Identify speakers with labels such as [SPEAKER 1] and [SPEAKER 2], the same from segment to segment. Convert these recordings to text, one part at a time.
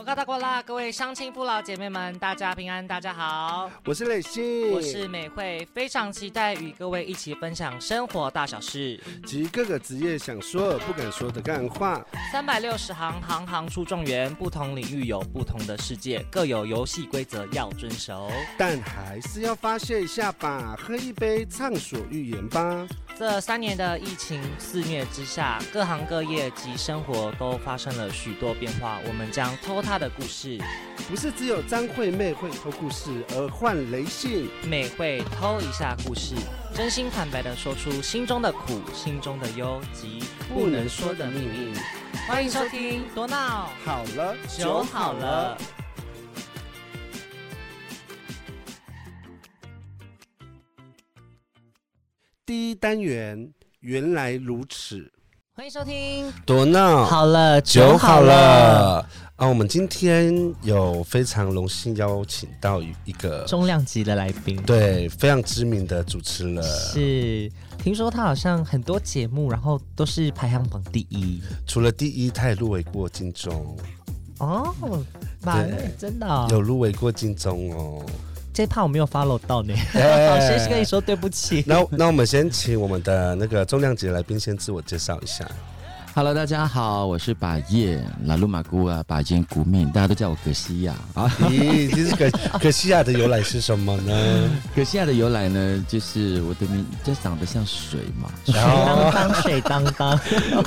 [SPEAKER 1] 我嘎大过啦，各位乡亲父老姐妹们，大家平安，大家好，
[SPEAKER 2] 我是磊鑫，
[SPEAKER 1] 我是美惠，非常期待与各位一起分享生活大小事，
[SPEAKER 2] 集各个职业想说而不敢说的干话。
[SPEAKER 1] 三百六十行，行行出状元，不同领域有不同的世界，各有游戏规则要遵守，
[SPEAKER 2] 但还是要发泄一下吧，喝一杯畅所欲言吧。
[SPEAKER 1] 这三年的疫情肆虐之下，各行各业及生活都发生了许多变化。我们将偷他的故事，
[SPEAKER 2] 不是只有张惠妹会偷故事，而换雷信
[SPEAKER 1] 每会偷一下故事，真心坦白的说出心中的苦、心中的忧及不能说的秘密。欢迎收听《多闹
[SPEAKER 2] 好了，
[SPEAKER 1] 酒好了》。
[SPEAKER 2] 第一单元原来如此，
[SPEAKER 1] 欢迎收听，
[SPEAKER 2] 多闹
[SPEAKER 1] 好了，
[SPEAKER 2] 哦酒
[SPEAKER 1] 酒
[SPEAKER 2] 好
[SPEAKER 1] 好了，
[SPEAKER 2] 了啊！我们今天有非常荣幸邀请到一一个
[SPEAKER 1] 重量级的来宾。
[SPEAKER 2] 对非常知名的主持人，
[SPEAKER 1] 是，听说他好像很多节目，然后都是排行榜第一
[SPEAKER 2] 除了第一，他也入围过金钟，
[SPEAKER 1] 哦，哇，
[SPEAKER 2] 对
[SPEAKER 1] 那真的、
[SPEAKER 3] 啊
[SPEAKER 1] 哦，
[SPEAKER 2] 有入围过金钟哦。
[SPEAKER 1] 这怕我没有 follow 到呢，好，
[SPEAKER 2] 哎
[SPEAKER 1] 先跟你说对不起。
[SPEAKER 2] 那那我们先请我们的那个重量级来宾先自我介绍一 下。
[SPEAKER 3] Hello，大家好，我是把叶拉鲁马姑啊，把烟古命，大家都叫我葛西亚啊。
[SPEAKER 2] 咦，其实可可西亚的由来是什么 呢？
[SPEAKER 3] 葛西亚的由来呢，就是我的名就长得像水嘛，
[SPEAKER 1] 水
[SPEAKER 2] 哦
[SPEAKER 1] 当当，水当当，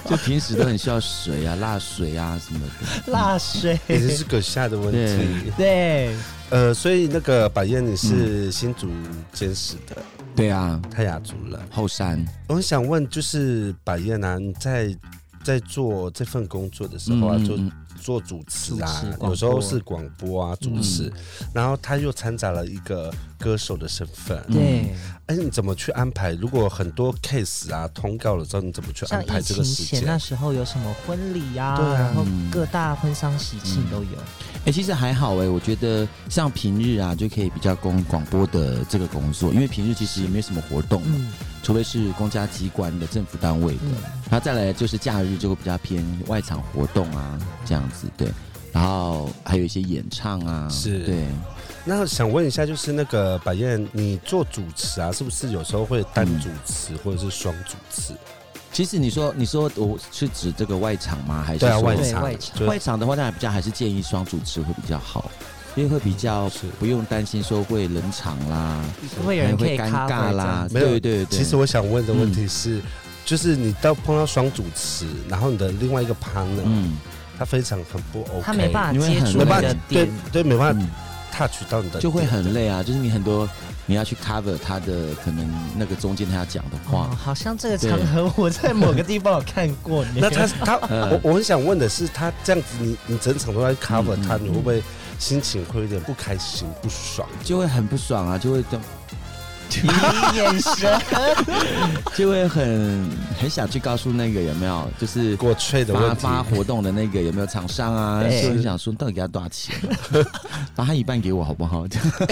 [SPEAKER 3] 就平时都很需要水啊、辣水啊什么的。
[SPEAKER 1] 辣水。
[SPEAKER 2] 也就是葛西亚的问题
[SPEAKER 3] 对。嗯
[SPEAKER 1] 对，
[SPEAKER 2] 呃，所以那个百燕，你是新竹监视的
[SPEAKER 3] 对啊，
[SPEAKER 2] 泰雅族人。
[SPEAKER 3] 后山
[SPEAKER 2] 我想问，就是百燕啊，你在在做这份工作的时候啊，
[SPEAKER 3] 嗯
[SPEAKER 2] 做
[SPEAKER 3] 嗯
[SPEAKER 2] 做主持
[SPEAKER 1] 主持
[SPEAKER 2] 啊
[SPEAKER 1] 广，播嗯
[SPEAKER 2] 有时候是广播啊主持，然后他又掺杂了一个歌手的身份。
[SPEAKER 1] 对，
[SPEAKER 2] 哎，你怎么去安排？如果很多 case 啊通告了之后，你怎么去
[SPEAKER 1] 像
[SPEAKER 2] 安排
[SPEAKER 1] 疫
[SPEAKER 2] 这个
[SPEAKER 1] 情
[SPEAKER 2] 时
[SPEAKER 1] 前那
[SPEAKER 2] 间？
[SPEAKER 1] 时候有什么婚礼呀、
[SPEAKER 2] 对啊
[SPEAKER 1] 然后各大婚丧喜庆都有。
[SPEAKER 3] 哎、其实还好哎、我觉得像平日啊，就可以比较供广播的这个工作，因为平日其实也没什么活动嘛，
[SPEAKER 1] 嗯
[SPEAKER 3] 除非是公家机关的政府单位的。
[SPEAKER 1] 嗯，
[SPEAKER 3] 然后再来就是假日就会比较偏外场活动啊，这样子对。然后还有一些演唱啊，
[SPEAKER 2] 是
[SPEAKER 3] 对，
[SPEAKER 2] 那想问一下，就是那个百燕，你做主持啊，是不是有时候会单
[SPEAKER 3] 嗯
[SPEAKER 2] 主持或者是双主持？
[SPEAKER 1] 嗯
[SPEAKER 3] 其实你说你说我是指这个外场吗？还是
[SPEAKER 2] 对啊，
[SPEAKER 3] 说
[SPEAKER 2] 外
[SPEAKER 1] 对
[SPEAKER 2] 场，
[SPEAKER 1] 外场
[SPEAKER 2] 就
[SPEAKER 3] 外场的话，当然比较还是建议双主持会比较好，因为会比较
[SPEAKER 2] 是
[SPEAKER 3] 不用担心说会冷场啦，
[SPEAKER 1] 不会有
[SPEAKER 3] 还
[SPEAKER 1] 人可
[SPEAKER 3] 会
[SPEAKER 1] 以
[SPEAKER 3] 尴
[SPEAKER 1] cover 这
[SPEAKER 3] 尬
[SPEAKER 1] 样
[SPEAKER 3] 啦，
[SPEAKER 1] 子
[SPEAKER 2] 没有
[SPEAKER 3] 对对对。
[SPEAKER 2] 哎其实我想问的问题是，
[SPEAKER 1] 嗯
[SPEAKER 2] 就是你到碰到双主持，然后你的另外一个 partner，、
[SPEAKER 3] 嗯
[SPEAKER 2] 他非常很不 OK，
[SPEAKER 1] 他没办
[SPEAKER 3] 因
[SPEAKER 1] 法
[SPEAKER 3] 为
[SPEAKER 1] 接
[SPEAKER 3] 很
[SPEAKER 1] 住
[SPEAKER 2] 没
[SPEAKER 1] 你
[SPEAKER 2] 办
[SPEAKER 1] 的
[SPEAKER 2] 法，对
[SPEAKER 1] 点。哦
[SPEAKER 2] 对，没办法
[SPEAKER 3] 嗯，
[SPEAKER 2] touch 到你的，
[SPEAKER 3] 就会。很累啊，就是你很多你要去 cover 他的可能那个中间他要讲的
[SPEAKER 1] 哇、
[SPEAKER 3] 话，
[SPEAKER 1] 好像这个场合我在某个地方有看过呢。
[SPEAKER 2] 那他他
[SPEAKER 3] 嗯
[SPEAKER 2] 我我很想问的是，他这样子你你整场都在 cover
[SPEAKER 3] 嗯嗯
[SPEAKER 2] 他，你会不
[SPEAKER 1] 嗯
[SPEAKER 2] 会心情会有点不开心不爽？
[SPEAKER 3] 就会很不爽啊，就会这样
[SPEAKER 1] 你眼神，
[SPEAKER 3] 就会很很想去告诉那个有没有，就是
[SPEAKER 2] 给我吹的
[SPEAKER 3] 发
[SPEAKER 2] 问题，
[SPEAKER 3] 发活动的那个有没有厂商啊，
[SPEAKER 1] 对
[SPEAKER 3] 就很想说到底给他多少钱， 把他一半给我好不好？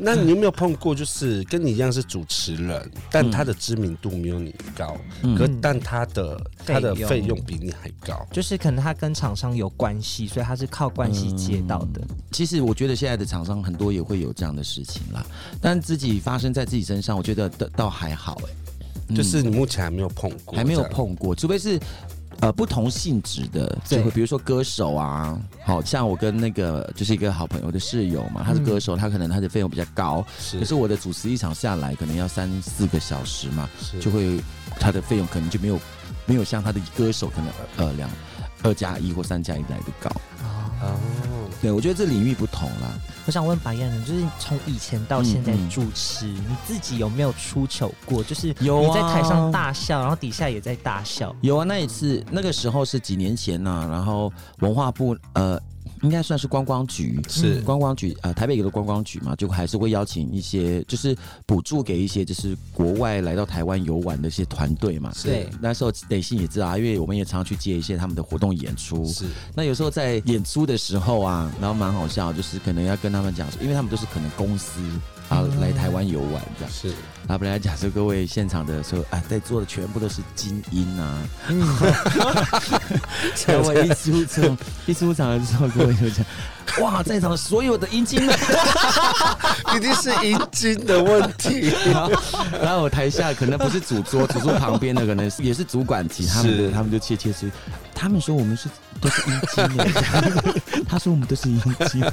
[SPEAKER 2] 那你有没有碰过，就是跟你一样是主持人，但他的知名度没有你高，
[SPEAKER 3] 嗯
[SPEAKER 2] 可
[SPEAKER 1] 嗯
[SPEAKER 2] 但他的他的
[SPEAKER 1] 费用
[SPEAKER 2] 费用比你还高，
[SPEAKER 1] 就是可能他跟厂商有关系，所以他是靠关系接到的。
[SPEAKER 3] 其实我觉得现在的厂商很多也会有这样的事情啦，但自己发生在自己身上，我觉得倒倒还好哎、嗯
[SPEAKER 2] 就是你目前还没有碰过，
[SPEAKER 3] 还没有
[SPEAKER 2] 这样。
[SPEAKER 3] 碰过，除非是。呃，不同性质的，
[SPEAKER 1] 对
[SPEAKER 3] 就会比如说歌手啊，好像我跟那个就是一个好朋友我的室友嘛，他是歌手，他可能他的费用比较高，可
[SPEAKER 2] 是
[SPEAKER 3] 是我的主持一场下来可能要三四个小时嘛，
[SPEAKER 2] 是
[SPEAKER 3] 就会他的费用可能就没有没有像他的歌手可能呃两二加一或三加一来的高。
[SPEAKER 1] 哦
[SPEAKER 2] 哦，
[SPEAKER 3] 对我觉得这领域不同啦，
[SPEAKER 1] 我想问白燕人，就是从以前到现在
[SPEAKER 3] 嗯嗯
[SPEAKER 1] 主持，你自己有没有出糗过？就是
[SPEAKER 3] 有
[SPEAKER 1] 你在
[SPEAKER 3] 啊
[SPEAKER 1] 台上大笑，然后底下也在大笑。
[SPEAKER 3] 有啊，那一次那个时候是几年前呐、然后文化部呃应该算是观光局。
[SPEAKER 2] 是
[SPEAKER 3] 观光局呃，台北有个观光局嘛，就还是会邀请一些，就是补助给一些就是国外来到台湾游玩的一些团队嘛。
[SPEAKER 2] 是
[SPEAKER 1] 对，
[SPEAKER 3] 那时候磊信也知道啊，因为我们也常常去接一些他们的活动演出，
[SPEAKER 2] 是
[SPEAKER 3] 那有时候在演出的时候啊，然后蛮好笑，就是可能要跟他们讲说，因为他们都是可能公司啊
[SPEAKER 2] 嗯
[SPEAKER 3] 来台湾游玩这样。
[SPEAKER 2] 是
[SPEAKER 3] 啊，本来假设各位现场的时候啊，在座的全部都是精英啊，在我一出场一出场的时候，各位就讲，哇，在场的所有的阴茎们，
[SPEAKER 2] 一定是阴茎的问 题。
[SPEAKER 3] 然后然后我台下可能不是主桌，主桌旁边的可能是也是主管级，他们
[SPEAKER 2] 是
[SPEAKER 3] 的他们就窃窃私语，他们说我们是都是阴茎耶，这样他说我们都是阴茎，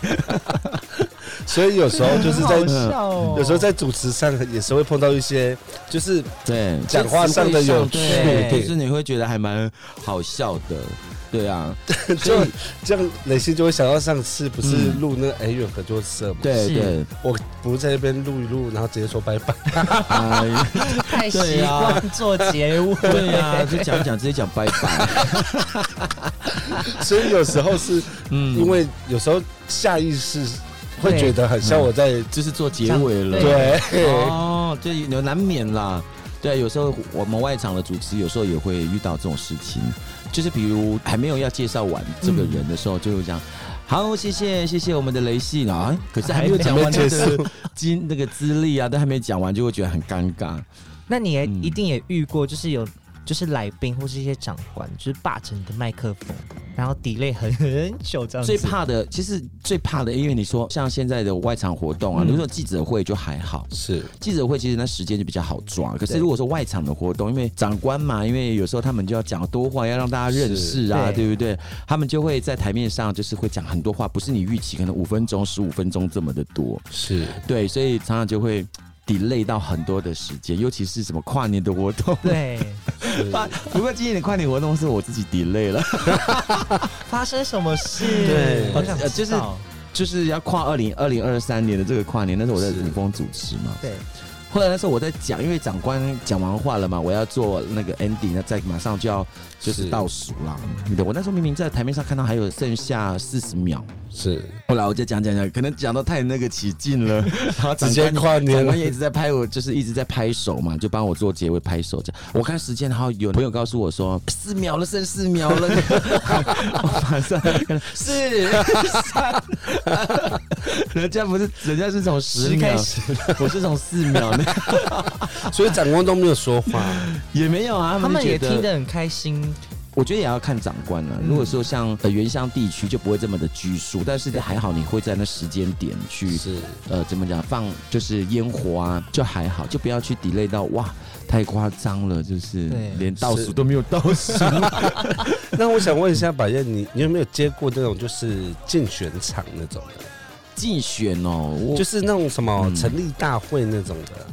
[SPEAKER 2] 所以有时候就是在
[SPEAKER 1] 好
[SPEAKER 3] 嗯
[SPEAKER 1] 笑哦
[SPEAKER 2] 嗯有时候在主持上也是会碰到一些，就是
[SPEAKER 3] 对，
[SPEAKER 2] 讲话上的有趣
[SPEAKER 3] 对，就是你会觉得还蛮好笑的，对啊，
[SPEAKER 2] 就这样，磊鑫就会想到上次不是录那个哎 A 远合作社嘛，
[SPEAKER 3] 对
[SPEAKER 4] 是
[SPEAKER 3] 对，
[SPEAKER 2] 我不是在那边录一录，然后直接说拜拜，
[SPEAKER 3] 哎
[SPEAKER 1] 太习
[SPEAKER 3] 对啊
[SPEAKER 1] 惯做结尾，
[SPEAKER 3] 对啊呀，就讲一讲直接讲拜拜，
[SPEAKER 2] 所以有时候是
[SPEAKER 3] 嗯
[SPEAKER 2] 因为有时候下意识会觉得很 像我在
[SPEAKER 3] 就是做结尾了，
[SPEAKER 2] 对，
[SPEAKER 3] 哦，这有难免啦。对，有时候我们外场的主持有时候也会遇到这种事情，就是比如还没有要介绍完这个人的时候，就会讲。好，谢谢谢谢我们的雷系啊，可是还没有讲完
[SPEAKER 2] 还没
[SPEAKER 3] 这
[SPEAKER 2] 结束
[SPEAKER 3] 个经那个资历啊，都还没讲完，就会觉得很尴尬。
[SPEAKER 4] 那你也
[SPEAKER 3] 嗯
[SPEAKER 4] 一定也遇过，就是有就是来宾或是一些长官，就是霸着你的麦克风，然后 delay 很很久这样子。
[SPEAKER 3] 最怕的，其实最怕的，因为你说像现在的外场活动啊，
[SPEAKER 4] 嗯
[SPEAKER 3] 比如说记者会就还好，
[SPEAKER 2] 是
[SPEAKER 3] 记者会其实那时间就比较好抓，可是
[SPEAKER 4] 嗯对
[SPEAKER 3] 如果说外场的活动，因为长官嘛，因为有时候他们就要讲多话，要让大家认识啊，
[SPEAKER 4] 是
[SPEAKER 3] 对不对？他们就会在台面上就是会讲很多话，不是你预期，可能五分钟、十五分钟这么的多，
[SPEAKER 2] 是，
[SPEAKER 3] 对，所以常常就会 delay 到很多的时间，尤其是什么跨年的活动。
[SPEAKER 4] 对，
[SPEAKER 3] 发 不过今年的跨年活动是我自己 delay 了，
[SPEAKER 4] 发生什么事？
[SPEAKER 2] 对
[SPEAKER 4] 好想
[SPEAKER 3] 呃就是
[SPEAKER 4] 知道
[SPEAKER 3] 就是要跨二零二零二三年的这个跨年，那时候我在
[SPEAKER 2] 是
[SPEAKER 3] 五峰主持嘛，
[SPEAKER 4] 对，
[SPEAKER 3] 后来那时候我在讲，因为长官讲完话了嘛，我要做那个 ending，那再马上就要就是
[SPEAKER 2] 是
[SPEAKER 3] 倒数啦。对，我那时候明明在台面上看到还有剩下四十秒，
[SPEAKER 2] 是
[SPEAKER 3] 后来我就讲讲讲，可能讲到太那个起劲 了，然后
[SPEAKER 2] 直
[SPEAKER 3] 长
[SPEAKER 2] 接
[SPEAKER 3] 官
[SPEAKER 2] 跨年
[SPEAKER 3] 长
[SPEAKER 2] 了
[SPEAKER 3] 官，也一直在拍我，就是一直在拍手嘛，就帮我做结尾拍手这样。我看时间，然后有朋友告诉我说四秒了，剩四秒了， 我马上看是， 三人家不是人家是从十
[SPEAKER 4] 十
[SPEAKER 3] 秒
[SPEAKER 4] 开始，
[SPEAKER 3] 我是从四秒那。
[SPEAKER 2] 所以长官都没有说话，
[SPEAKER 3] 也没有啊，
[SPEAKER 4] 他们也
[SPEAKER 3] 就
[SPEAKER 4] 听
[SPEAKER 3] 觉
[SPEAKER 4] 得很开心。
[SPEAKER 3] 我觉得也要看长官了、如果说像呃原乡地区就不会这么的拘束，但是还好你会在那时间点去
[SPEAKER 2] 是
[SPEAKER 3] 呃怎么讲放就是烟火啊，就还好，就不要去 delay 到哇太夸张了，就是
[SPEAKER 4] 对
[SPEAKER 3] 连倒
[SPEAKER 2] 是
[SPEAKER 3] 数都没有倒数。哦
[SPEAKER 2] 那我想问一下百燕，你你有没有接过那种就是竞选场那种的，
[SPEAKER 3] 竞选哦，我
[SPEAKER 2] 就
[SPEAKER 3] 就是
[SPEAKER 2] 那种什么
[SPEAKER 3] 嗯
[SPEAKER 2] 成立大会那种的？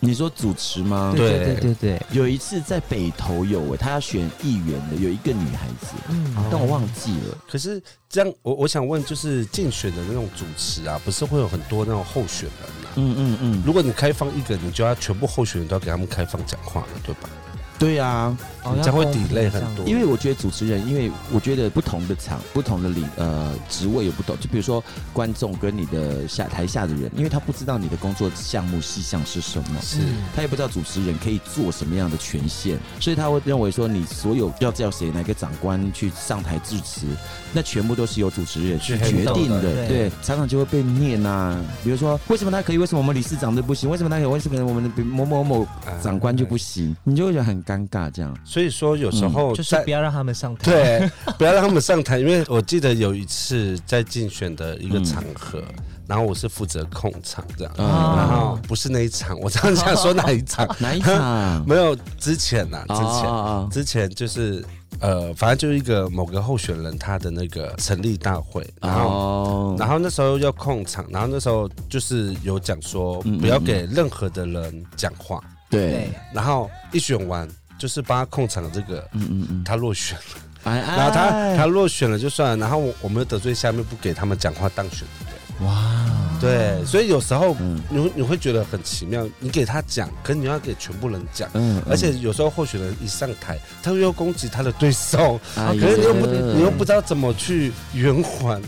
[SPEAKER 3] 你说主持吗？
[SPEAKER 2] 对
[SPEAKER 4] 对对对，
[SPEAKER 3] 有一次在北投有欸诶，他要选议员的，有一个女孩子，
[SPEAKER 4] 嗯，
[SPEAKER 3] 但我忘记了。
[SPEAKER 2] 可是这样，我我想问，就是竞选的那种主持啊，不是会有很多那种候选人吗？
[SPEAKER 3] 嗯嗯嗯，
[SPEAKER 2] 如果你开放一个，你就要全部候选人都要给他们开放讲话了，对吧？
[SPEAKER 3] 对啊，
[SPEAKER 4] 哦
[SPEAKER 2] 你这样会 delay 很多。
[SPEAKER 3] 因为我觉得主持人，因为我觉得不同的场、不同的领呃职位有不同，就比如说观众跟你的下台下的人，因为他不知道你的工作项目细项是什么，
[SPEAKER 2] 是
[SPEAKER 3] 他也不知道主持人可以做什么样的权限，所以他会认为说你所有要叫谁哪个长官去上台致辞，那全部都是由主持人去
[SPEAKER 2] 去
[SPEAKER 3] 决
[SPEAKER 2] handle
[SPEAKER 3] 定
[SPEAKER 2] 的
[SPEAKER 3] 的，
[SPEAKER 4] 对
[SPEAKER 3] 对，常常就会被念啊，比如说为什么他可以，为什么我们理事长都不行，为什么他可以，为什么我们的某某某长官就不
[SPEAKER 2] 行。
[SPEAKER 3] 行，你就会觉得很尴尬这样。
[SPEAKER 2] 啊所以说，有时
[SPEAKER 1] 嗯
[SPEAKER 2] 候
[SPEAKER 4] 就是
[SPEAKER 2] 哦在
[SPEAKER 4] 不要让他们上台。啊
[SPEAKER 2] 对，不要让他们上台，因为我记得有一次在竞选的一个场合，然后我是负责控场这样，
[SPEAKER 3] 嗯
[SPEAKER 4] 哦
[SPEAKER 2] 然后不是那一场，我刚刚想说哪一场，
[SPEAKER 3] 哪一场？
[SPEAKER 2] 没有之前呐、之
[SPEAKER 3] 啊
[SPEAKER 2] 前、
[SPEAKER 3] 啊啊
[SPEAKER 2] 之前就是呃，反正就是一个某个候选人他的那个成立大会，然后。
[SPEAKER 3] 哦
[SPEAKER 2] 然后那时候要控场，然后那时候就是有讲说
[SPEAKER 3] 嗯嗯
[SPEAKER 2] 不要给任何的人讲话，
[SPEAKER 3] 对
[SPEAKER 4] 对，，
[SPEAKER 2] 然后一选完就是帮他控场的这个
[SPEAKER 3] 嗯嗯嗯，
[SPEAKER 2] 他落选，
[SPEAKER 3] 哎哎
[SPEAKER 2] 然后他他落选了就算了，然后我我们又得罪下面不给他们讲话当选的人，
[SPEAKER 3] 哇，
[SPEAKER 2] 对，所以有时候
[SPEAKER 3] 嗯
[SPEAKER 2] 你会你会觉得很奇妙，你给他讲，可你要给全部人讲。
[SPEAKER 3] 嗯，
[SPEAKER 2] 而且有时候候选人一上台，他又攻击他的对手，
[SPEAKER 3] 嗯哎
[SPEAKER 2] 可是你又不，
[SPEAKER 3] 呀
[SPEAKER 2] 你又不知道怎么去圆环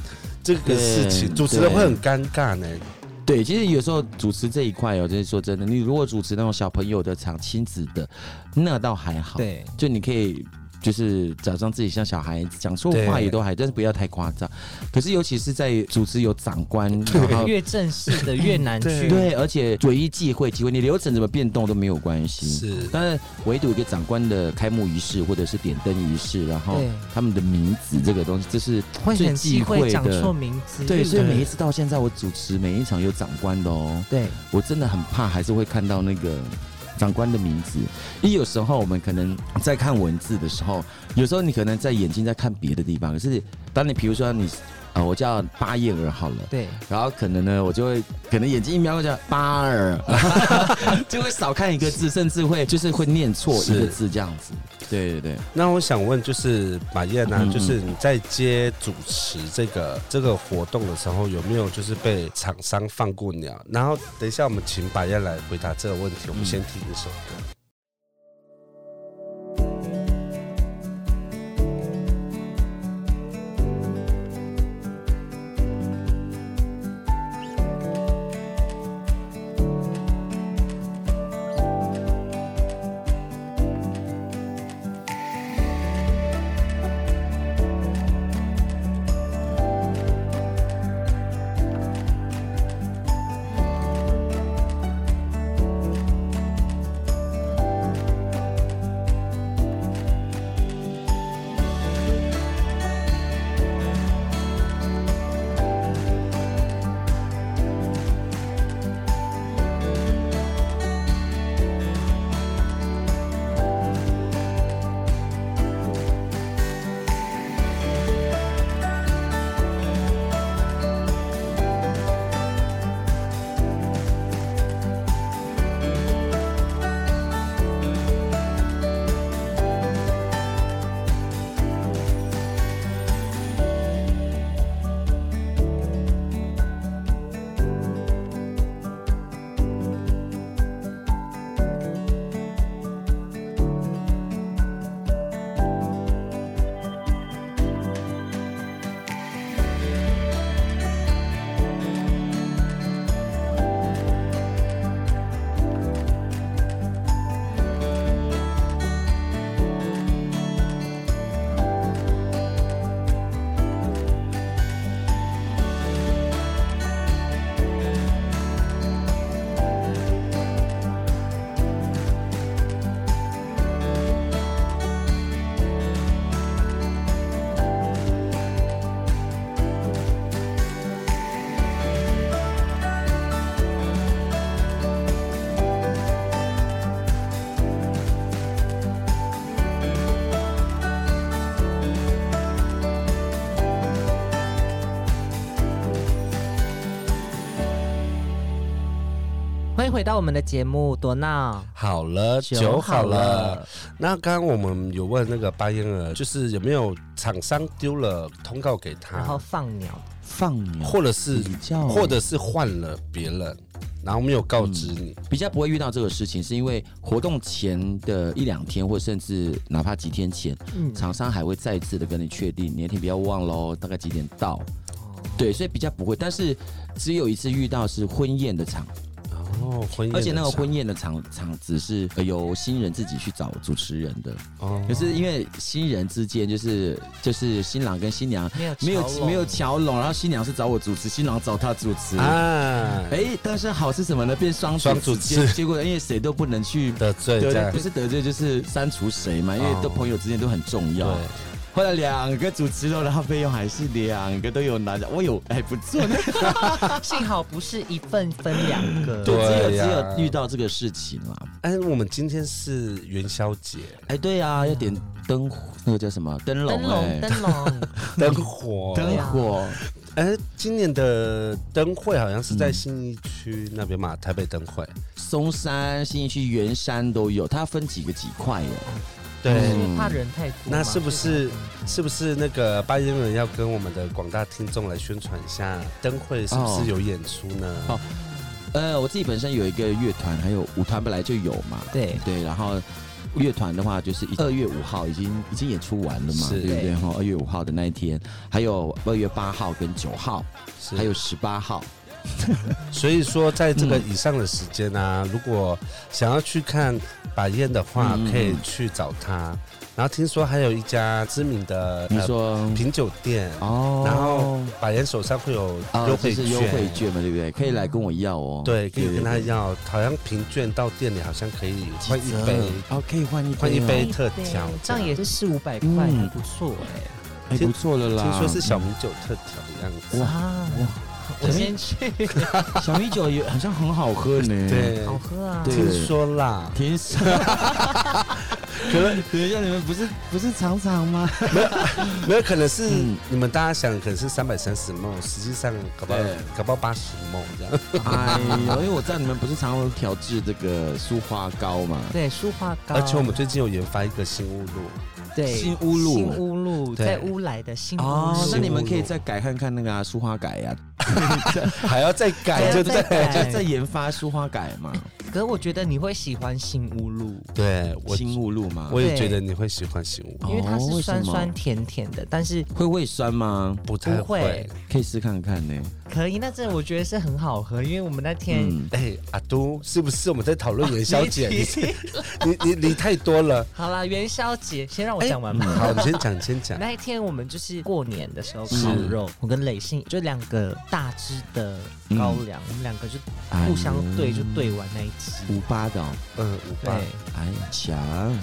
[SPEAKER 2] 这个事情，
[SPEAKER 3] 对
[SPEAKER 2] 主持人会很尴尬呢。
[SPEAKER 3] 对，其实有时候主持这一块哦，就是说真的，你如果主持那种小朋友的场、亲子的，那倒还好，，
[SPEAKER 4] 对，
[SPEAKER 3] 就你可以就是假装自己像小孩子，讲错话
[SPEAKER 2] 对
[SPEAKER 3] 也都还，但是不要太夸张。可是尤其是在组织有长官，然后
[SPEAKER 1] 越正式的越难去。
[SPEAKER 3] 对，而且唯一忌讳，忌讳你流程怎么变动都没有关系。
[SPEAKER 2] 是
[SPEAKER 3] 当然，唯独一个长官的开幕仪式或者是点灯仪式，然后
[SPEAKER 1] 对
[SPEAKER 3] 他们的名字这个东西，这是
[SPEAKER 1] 会
[SPEAKER 3] 最
[SPEAKER 1] 很
[SPEAKER 3] 忌
[SPEAKER 1] 忌
[SPEAKER 3] 讳
[SPEAKER 1] 讳讲错
[SPEAKER 3] 的。
[SPEAKER 1] 名字。
[SPEAKER 3] 对，所以
[SPEAKER 2] 对
[SPEAKER 3] 每一次到现在，我主持每一场有长官的哦，
[SPEAKER 1] 对，
[SPEAKER 3] 我真的很怕，还是会看到那个长官的名字。因为有时候我们可能在看文字的时候，有时候你可能在眼睛在看别的地方，可是当你比如说你啊、我叫巴燕儿好了。
[SPEAKER 1] 对，
[SPEAKER 3] 然后可能呢，我就会可能眼睛一瞄就巴尔， 就会少看一个字，甚至会就是会念错一个
[SPEAKER 2] 是
[SPEAKER 3] 字这样子。对对对，
[SPEAKER 2] 那我想问，就是马燕啊，
[SPEAKER 3] 嗯嗯
[SPEAKER 2] 就是你在接主持这个这个活动的时候，有没有就是被厂商放过鸟？然后等一下我们请马燕来回答这个问题，我们先听一首歌。
[SPEAKER 1] 欢迎回到我们的节目，多闹。
[SPEAKER 2] 好了，酒好了。，那刚刚我们有问那个巴燕儿，就是有没有厂商丢了通告给
[SPEAKER 1] 然后
[SPEAKER 2] 他，
[SPEAKER 1] 放鸟，
[SPEAKER 3] 放鸟
[SPEAKER 2] 或者是
[SPEAKER 3] 嗯比较，
[SPEAKER 2] 或者是换了别人，然后没有告知你？
[SPEAKER 3] 比较不会遇到这个事情，是因为活动前的一两天，或甚至哪怕几天前，
[SPEAKER 1] 嗯，
[SPEAKER 3] 厂商还会再次的跟你确定，你那天不要忘喽，大概几点到。对，所以比较不会，但是只有一次遇到是婚宴的场，
[SPEAKER 2] 哦，婚宴的
[SPEAKER 3] 嗯而且那个
[SPEAKER 2] 场
[SPEAKER 3] 婚宴的场场子是呃由新人自己去找主持人的，
[SPEAKER 2] 哦
[SPEAKER 3] 可是因为新人之间就是就是新郎跟新娘
[SPEAKER 1] 没有
[SPEAKER 3] 没
[SPEAKER 1] 桥
[SPEAKER 3] 有
[SPEAKER 1] 拢
[SPEAKER 3] 哦没有桥拢，然后新娘是找我主持，新郎找他主持。
[SPEAKER 2] 啊，
[SPEAKER 3] 哎、但是好是什么呢？变双
[SPEAKER 2] 双
[SPEAKER 3] 主
[SPEAKER 2] 主
[SPEAKER 3] 持，
[SPEAKER 2] 持
[SPEAKER 3] 结果因为谁都不能去
[SPEAKER 2] 得罪
[SPEAKER 3] 得
[SPEAKER 2] 这
[SPEAKER 3] 罪，
[SPEAKER 2] 样
[SPEAKER 3] 不是得罪就是删除谁嘛，因为
[SPEAKER 2] 哦
[SPEAKER 3] 都朋友之间都很重要。
[SPEAKER 2] 对。
[SPEAKER 3] 后来两个主持人，然后费用还是两个都有拿着，我有哎不错，
[SPEAKER 1] 幸好不是一份分两个。
[SPEAKER 3] 就
[SPEAKER 2] 对
[SPEAKER 3] 只有只
[SPEAKER 2] 呀
[SPEAKER 3] 有遇到这个事情啦。
[SPEAKER 2] 哎，我们今天是元宵节，
[SPEAKER 3] 哎，对呀、要点灯，那个叫什么灯笼
[SPEAKER 1] 灯笼，
[SPEAKER 3] 哎、
[SPEAKER 1] 灯笼，
[SPEAKER 2] 灯火。
[SPEAKER 3] 灯火，
[SPEAKER 2] 哎，今年的灯会好像是在信义区那边嘛，台北灯会。
[SPEAKER 3] 松山、新义区、圆山都有，它分几个几块耶。
[SPEAKER 2] 对，
[SPEAKER 1] 因为怕人太多嘛。
[SPEAKER 2] 那是不是
[SPEAKER 1] 所以怕人
[SPEAKER 2] 是不是那个巴音人要跟我们的广大听众来宣传一下灯会是不
[SPEAKER 3] 哦
[SPEAKER 2] 是有演出呢？
[SPEAKER 3] 哦呃，我自己本身有一个乐团，还有舞团本来就有嘛。
[SPEAKER 1] 对
[SPEAKER 3] 对，然后乐团的话就是二月五号已经已经演出完了嘛，
[SPEAKER 2] 是
[SPEAKER 3] 对哦不对？哈，二月五号的那一天，还有二月八号跟九号，
[SPEAKER 2] 是
[SPEAKER 3] 还有十八号。
[SPEAKER 2] 所以说，在这
[SPEAKER 3] 嗯
[SPEAKER 2] 个以上的时间啊，如果想要去看百宴的话
[SPEAKER 3] 嗯嗯嗯，
[SPEAKER 2] 可以去找他。然后听说还有一家知名的
[SPEAKER 3] 你
[SPEAKER 2] 呃
[SPEAKER 3] 说
[SPEAKER 2] 品酒店，
[SPEAKER 3] 哦，
[SPEAKER 2] 然后百宴手上会有
[SPEAKER 3] 啊，
[SPEAKER 2] 优
[SPEAKER 3] 就
[SPEAKER 2] 惠券，
[SPEAKER 3] 是
[SPEAKER 2] 嗯
[SPEAKER 3] 优惠券嘛，对不对？可以来跟我要哦。
[SPEAKER 2] 对，可以跟他
[SPEAKER 3] 对对对
[SPEAKER 2] 要，好像凭券到店里好像可以换一杯，
[SPEAKER 3] 哦，可以换一杯哦，
[SPEAKER 2] 换一杯特调，
[SPEAKER 1] 这样也是四五百块，
[SPEAKER 3] 嗯
[SPEAKER 1] 很不错哎、
[SPEAKER 3] 哎，不错了啦。
[SPEAKER 2] 听说是小米酒特调的样子。
[SPEAKER 1] 啊，我先去，
[SPEAKER 3] 嗯小米酒也好像很好喝呢。
[SPEAKER 2] 对，
[SPEAKER 1] 好喝啊！
[SPEAKER 3] 对
[SPEAKER 2] 听说啦，
[SPEAKER 3] 天上，可能等一下，你们不是不是常常吗？
[SPEAKER 2] 没有可能是
[SPEAKER 3] 嗯
[SPEAKER 2] 你们大家想，可能是三百三十梦，实际上搞不好
[SPEAKER 3] 对
[SPEAKER 2] 搞不好八十梦这样。
[SPEAKER 3] 哎呦，因为我知道你们不是常常调制这个苏花膏嘛，
[SPEAKER 1] 对，舒化膏，
[SPEAKER 2] 而且我们最近有研发一个新目录，
[SPEAKER 1] 对
[SPEAKER 3] 新乌路
[SPEAKER 1] 新乌路
[SPEAKER 2] 对
[SPEAKER 1] 在乌来的新乌
[SPEAKER 3] 哦，
[SPEAKER 1] 路，
[SPEAKER 3] 那你们可以再改看看那个啊苏、花改呀、
[SPEAKER 2] 还要再改，
[SPEAKER 1] 还
[SPEAKER 2] 对
[SPEAKER 1] 要
[SPEAKER 2] 不
[SPEAKER 1] 再
[SPEAKER 2] 对？
[SPEAKER 1] 改
[SPEAKER 3] 啊，就在研发苏花改嘛，
[SPEAKER 1] 可是我觉得你会喜欢新乌路，
[SPEAKER 2] 对，我
[SPEAKER 3] 新目录嘛
[SPEAKER 2] 我，也觉得你会喜欢新目录，
[SPEAKER 1] 因为它
[SPEAKER 3] 哦
[SPEAKER 1] 是
[SPEAKER 3] 为什
[SPEAKER 1] 酸
[SPEAKER 3] 么
[SPEAKER 1] 酸甜甜的，但是
[SPEAKER 3] 会胃酸吗？
[SPEAKER 2] 不太
[SPEAKER 1] 不会
[SPEAKER 2] 会。
[SPEAKER 3] 可以试看看呢、
[SPEAKER 1] 可以，那这我觉得是很好喝，因为我们那天
[SPEAKER 3] 嗯，
[SPEAKER 2] 哎，阿都，是不是我们在讨论元宵节？
[SPEAKER 1] 没
[SPEAKER 2] 你
[SPEAKER 1] 提
[SPEAKER 2] 你你你太多 了。哎
[SPEAKER 1] 好啦，元宵节，先让我讲完吧。
[SPEAKER 2] 嗯好，你先讲，你先讲。
[SPEAKER 1] 那一天我们就是过年的时候烤肉，我跟磊信就两个大只的高粱，我们两个就互相对就对完那一只，
[SPEAKER 3] 五八的、哦，
[SPEAKER 2] 嗯，五八。
[SPEAKER 1] 对，
[SPEAKER 3] 哎呀强，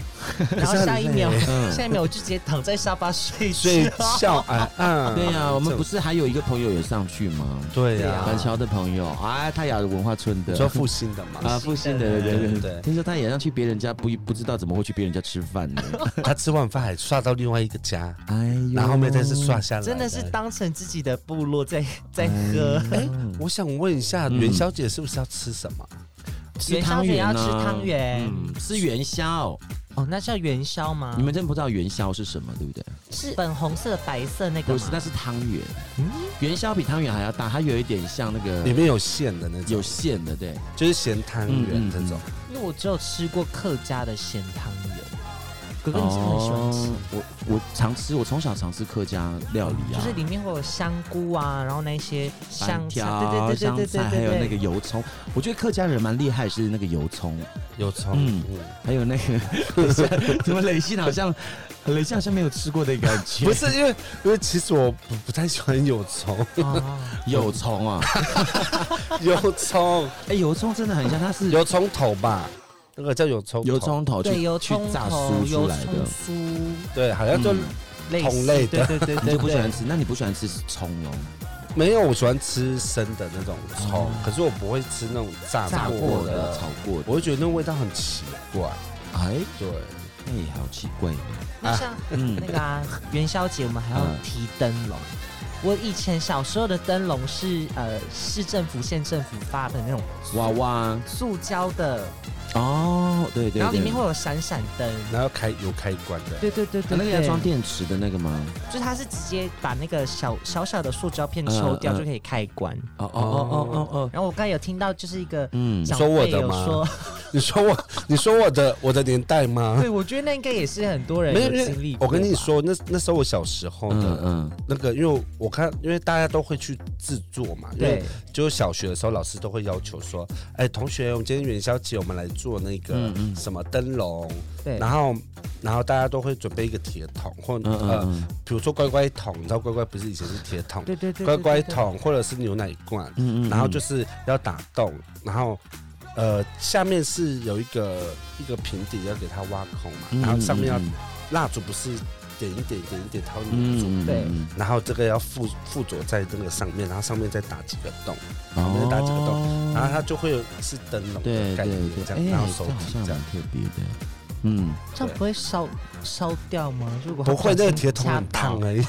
[SPEAKER 1] 然后下一秒
[SPEAKER 2] 可是，
[SPEAKER 3] 嗯
[SPEAKER 1] 下一秒我就直接躺在沙发睡
[SPEAKER 2] 睡
[SPEAKER 1] 觉。
[SPEAKER 2] 觉啊啊！
[SPEAKER 3] 对呀、我们
[SPEAKER 2] 这
[SPEAKER 3] 不是还有一个朋友也上去吗？
[SPEAKER 2] 对呀、
[SPEAKER 1] 啊
[SPEAKER 3] 板桥的朋友啊，他也有文化村的，
[SPEAKER 2] 你说复兴的嘛？
[SPEAKER 3] 啊，复兴的，对
[SPEAKER 2] 对
[SPEAKER 3] 对
[SPEAKER 2] 对
[SPEAKER 3] 对。听说他也要去别人家，不不知道怎么会去别人家吃饭呢？
[SPEAKER 2] 他吃完饭还刷到另外一个家，
[SPEAKER 3] 哎呦，
[SPEAKER 2] 然后后面再是刷下来，
[SPEAKER 1] 真的是。当成自己的部落在在喝，
[SPEAKER 2] 哎，我想问一下，
[SPEAKER 3] 嗯
[SPEAKER 2] 元宵节是不是要吃什么？
[SPEAKER 3] 吃汤圆
[SPEAKER 1] 元宵节要吃汤圆嗯
[SPEAKER 3] 嗯，吃元宵。
[SPEAKER 1] 哦，那叫元宵吗？
[SPEAKER 3] 你们真不知道元宵是什么，对不对？
[SPEAKER 1] 是粉红色、白色那个吗
[SPEAKER 3] 不是，那是汤圆。元宵比汤圆还要大，它有一点像那
[SPEAKER 2] 里
[SPEAKER 3] 个
[SPEAKER 2] 面有馅的那种，
[SPEAKER 3] 有馅的，对。
[SPEAKER 2] 就是咸汤圆这种。
[SPEAKER 1] 因为我只有吃过客家的咸汤圆，哥哥你是不是很喜欢吃？
[SPEAKER 3] 哦我我常吃，我从小常吃客家料理啊，
[SPEAKER 1] 就是里面会有香菇啊，然后那些香
[SPEAKER 3] 香
[SPEAKER 1] 菜，
[SPEAKER 3] 条、啊
[SPEAKER 1] 对对对对对
[SPEAKER 3] 香
[SPEAKER 1] 对
[SPEAKER 3] 菜，还
[SPEAKER 1] 对
[SPEAKER 3] 有那个
[SPEAKER 1] 对，
[SPEAKER 3] 油葱。我觉得客家人蛮厉害，是那个油葱。
[SPEAKER 2] 有葱，
[SPEAKER 3] 嗯
[SPEAKER 2] 嗯
[SPEAKER 3] 还有那个怎么雷信好像雷信好像没有吃过的感觉，
[SPEAKER 2] 不是因为因为其实我不不太喜欢有 葱，
[SPEAKER 1] 哦
[SPEAKER 3] 油葱啊？
[SPEAKER 2] 有葱
[SPEAKER 3] 哎，油葱真的很像，它是
[SPEAKER 2] 有葱头吧，那个叫有葱头
[SPEAKER 3] 油，葱头
[SPEAKER 1] 对，
[SPEAKER 3] 去
[SPEAKER 1] 油
[SPEAKER 3] 去
[SPEAKER 1] 葱
[SPEAKER 3] 炸
[SPEAKER 1] 头、
[SPEAKER 3] 酥
[SPEAKER 1] 油
[SPEAKER 3] 出来
[SPEAKER 1] 葱
[SPEAKER 3] 的，
[SPEAKER 1] 酥
[SPEAKER 2] 对，好像就
[SPEAKER 3] 嗯
[SPEAKER 1] 类似
[SPEAKER 2] 同类的
[SPEAKER 1] 对对对
[SPEAKER 3] 你
[SPEAKER 1] 对，
[SPEAKER 3] 就不喜欢
[SPEAKER 1] 对
[SPEAKER 3] 吃？那你不喜欢吃葱哦？
[SPEAKER 2] 没有我喜欢吃生的那种葱，可是我不会吃那种炸
[SPEAKER 1] 哦炸
[SPEAKER 2] 过
[SPEAKER 1] 过
[SPEAKER 2] 的
[SPEAKER 3] 的、炒过的，
[SPEAKER 2] 我会觉得那味道很奇怪。
[SPEAKER 3] 哎
[SPEAKER 2] 对，
[SPEAKER 3] 哎，好奇怪哦。
[SPEAKER 1] 那像
[SPEAKER 3] 嗯
[SPEAKER 1] 那个啊，元宵节我们还要
[SPEAKER 3] 嗯
[SPEAKER 1] 提灯笼。我以前小时候的灯笼是呃市政府、县政府发的那种
[SPEAKER 3] 娃娃
[SPEAKER 1] 塑胶的，
[SPEAKER 3] 哦，对对
[SPEAKER 1] 然后里
[SPEAKER 3] 对
[SPEAKER 1] 面会。有闪闪灯。
[SPEAKER 2] 然后开有开关的，
[SPEAKER 1] 对对对对，
[SPEAKER 3] 那个要
[SPEAKER 1] 对
[SPEAKER 3] 装电池的那个吗？
[SPEAKER 1] 就是它是直接把那个小小小的塑胶片抽掉
[SPEAKER 3] 嗯嗯
[SPEAKER 1] 就可以开关。
[SPEAKER 3] 哦哦哦哦哦，
[SPEAKER 1] 然后我刚才有听到就是一个
[SPEAKER 3] 嗯，
[SPEAKER 1] 长
[SPEAKER 2] 说我
[SPEAKER 1] 辈
[SPEAKER 2] 的
[SPEAKER 1] 有
[SPEAKER 2] 吗
[SPEAKER 1] 说，
[SPEAKER 2] 你说我，你说我的我的年代吗？
[SPEAKER 1] 对我觉得那应该也是很多人
[SPEAKER 2] 没有，
[SPEAKER 1] 有
[SPEAKER 2] 因
[SPEAKER 1] 经历
[SPEAKER 2] 为
[SPEAKER 1] 过
[SPEAKER 2] 我跟你
[SPEAKER 1] 吧，
[SPEAKER 2] 说，那那时候我小时候
[SPEAKER 3] 嗯
[SPEAKER 2] 的
[SPEAKER 3] 嗯，
[SPEAKER 2] 那个，因为我看，因为大家都会去制作嘛，因为
[SPEAKER 1] 对
[SPEAKER 2] 就是小学的时候，老师都会要求说，哎，同学，我们今天元宵节，我们来做那个
[SPEAKER 3] 嗯嗯
[SPEAKER 2] 什么灯笼，
[SPEAKER 1] 对，
[SPEAKER 2] 然后然后大家都会准备一个铁桶或
[SPEAKER 3] 嗯
[SPEAKER 2] 呃，
[SPEAKER 3] 嗯
[SPEAKER 2] 比如说乖乖桶，你知道乖乖不是以前是铁桶，
[SPEAKER 1] 对对对，对
[SPEAKER 2] 乖
[SPEAKER 1] 对
[SPEAKER 2] 乖，
[SPEAKER 1] 对
[SPEAKER 2] 桶或者是牛奶罐，
[SPEAKER 3] 嗯嗯，
[SPEAKER 2] 然后就是要打洞，然后呃下面是有一个一个平底要给它挖空嘛，
[SPEAKER 3] 嗯
[SPEAKER 2] 然后上面要蜡烛不是点一点点一点它会粘住，
[SPEAKER 3] 嗯
[SPEAKER 2] 然后这个要附附着在那个上面，然后上面再打几个洞，
[SPEAKER 3] 然
[SPEAKER 2] 后就打几个洞
[SPEAKER 3] 洞
[SPEAKER 2] 然后它就会有是灯笼的
[SPEAKER 3] 哦对
[SPEAKER 2] 概
[SPEAKER 3] 对
[SPEAKER 2] 念
[SPEAKER 3] 对，哎
[SPEAKER 2] 这样，然后手
[SPEAKER 3] 这好
[SPEAKER 2] 提
[SPEAKER 3] 像
[SPEAKER 2] 这样
[SPEAKER 3] 蛮。特别的，嗯，
[SPEAKER 1] 这样不会烧烧掉吗？如果它
[SPEAKER 2] 不会，
[SPEAKER 1] 不小
[SPEAKER 2] 那个
[SPEAKER 1] 心
[SPEAKER 2] 铁桶
[SPEAKER 1] 掐
[SPEAKER 2] 很烫
[SPEAKER 1] 到
[SPEAKER 2] 而 已。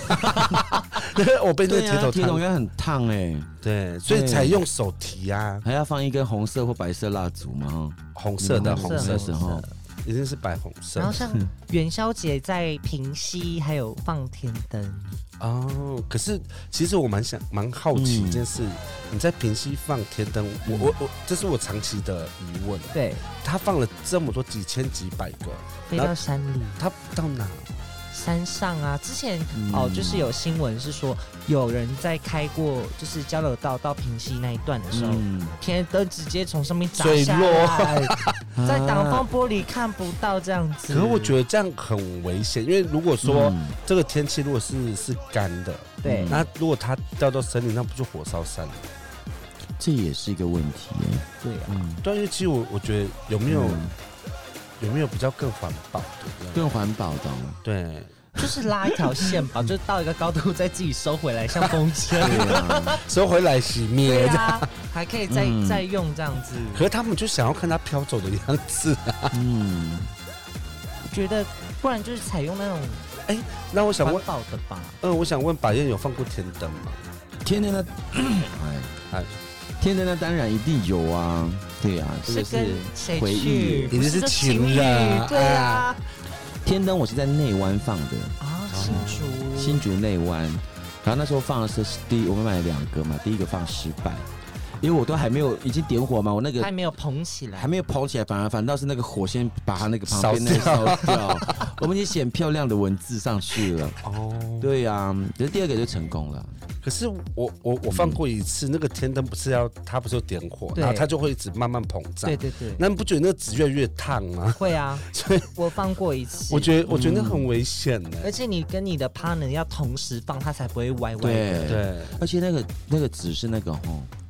[SPEAKER 2] 我被那个
[SPEAKER 3] 对啊，
[SPEAKER 2] 铁
[SPEAKER 3] 铁桶
[SPEAKER 2] 桶烫，
[SPEAKER 3] 应该很烫哎，
[SPEAKER 2] 对，所以
[SPEAKER 3] 对
[SPEAKER 2] 才用手提啊，
[SPEAKER 3] 还要放一根红色或白色蜡烛嘛哈，
[SPEAKER 2] 红色的，
[SPEAKER 3] 嗯
[SPEAKER 2] 红
[SPEAKER 3] 红
[SPEAKER 2] 色
[SPEAKER 3] 色时候
[SPEAKER 2] 一定是白红色
[SPEAKER 1] 然后像元宵节在平息，还有放天灯，
[SPEAKER 2] 哦，可是其实我蛮想蛮好奇
[SPEAKER 3] 嗯
[SPEAKER 2] 一件事，你在平西放天灯，我我我，这是我长期的疑问。
[SPEAKER 1] 对，
[SPEAKER 2] 他放了这么多几千几百个，
[SPEAKER 1] 飞
[SPEAKER 2] 然后
[SPEAKER 3] 嗯
[SPEAKER 1] 到山里，
[SPEAKER 2] 他到哪？
[SPEAKER 1] 山上啊，之前哦，
[SPEAKER 3] 嗯
[SPEAKER 1] 就是有新闻是说有人在开过就是交流道到平溪那一段的时候，
[SPEAKER 3] 嗯，
[SPEAKER 1] 天都直接从上面砸
[SPEAKER 2] 坠
[SPEAKER 1] 下
[SPEAKER 2] 落
[SPEAKER 1] 来，在挡
[SPEAKER 3] 啊
[SPEAKER 1] 风玻璃看不到这样子。
[SPEAKER 2] 可是我觉得这样很危险，因为如果说
[SPEAKER 3] 嗯
[SPEAKER 2] 这个天气如果是是干的，
[SPEAKER 1] 对，
[SPEAKER 3] 啊
[SPEAKER 2] 那如果它掉到森林，那不就火烧山了？
[SPEAKER 3] 这也是一个问题耶。
[SPEAKER 1] 对啊，
[SPEAKER 3] 嗯，
[SPEAKER 2] 对啊，因为其实我我觉得有没有、
[SPEAKER 3] 嗯
[SPEAKER 2] 有没有比较更环保的这样？
[SPEAKER 3] 更环保的哦。
[SPEAKER 2] 对，
[SPEAKER 1] 就是拉一条线吧，就到一个高度再自己收回来，像风车。
[SPEAKER 3] 对啊，
[SPEAKER 2] 收回来洗
[SPEAKER 1] 对
[SPEAKER 2] 灭。
[SPEAKER 1] 啊，还可以再
[SPEAKER 3] 嗯
[SPEAKER 1] 再用这样子。
[SPEAKER 2] 可是他们就想要看它飘走的样子。
[SPEAKER 3] 嗯，
[SPEAKER 1] 觉得不然就是采用那种
[SPEAKER 2] 那我想
[SPEAKER 1] 环
[SPEAKER 2] 问，
[SPEAKER 1] 保的吧。
[SPEAKER 2] 嗯，我想问，百燕有放过天灯吗？
[SPEAKER 3] 天灯呢？哎
[SPEAKER 2] 哎
[SPEAKER 3] 天灯呢？当然一定有啊。对啊，
[SPEAKER 1] 是
[SPEAKER 3] 这个
[SPEAKER 1] 跟
[SPEAKER 3] 是
[SPEAKER 1] 谁
[SPEAKER 3] 回忆
[SPEAKER 1] 去？不
[SPEAKER 2] 一定是
[SPEAKER 1] 就
[SPEAKER 2] 情
[SPEAKER 1] 侣
[SPEAKER 2] 人
[SPEAKER 1] 对啊，
[SPEAKER 3] 天灯，我是在内湾放的，
[SPEAKER 1] 啊，新竹，
[SPEAKER 3] 新竹内湾。然后那时候放的是第一，我们买了两个嘛，第一个放失败，因为我都还没有已经点火嘛，我那个
[SPEAKER 1] 还没有捧起来
[SPEAKER 3] 还，没有跑起来，反而反倒是那个火先把它那个旁边那个
[SPEAKER 2] 烧
[SPEAKER 3] 烧掉。我们已经写漂亮的文字上去 了。
[SPEAKER 2] 哦，
[SPEAKER 3] 对呀、啊，这第二个就成功了。
[SPEAKER 2] 可是我我我放过一次，那个天灯不是要它不是有点火，
[SPEAKER 1] 对
[SPEAKER 2] 然后它就会一直慢慢膨胀
[SPEAKER 1] 对。对对，
[SPEAKER 2] 那你不觉得那个纸越来越烫吗？
[SPEAKER 1] 会啊，
[SPEAKER 2] 所以
[SPEAKER 1] 我放过一次。
[SPEAKER 2] 我觉得我觉得那很危险呢。
[SPEAKER 1] 而且你跟你的 partner 要同时放，它才不会歪歪的。
[SPEAKER 3] 对，
[SPEAKER 2] 对，
[SPEAKER 3] 而且那个那个纸是那个吼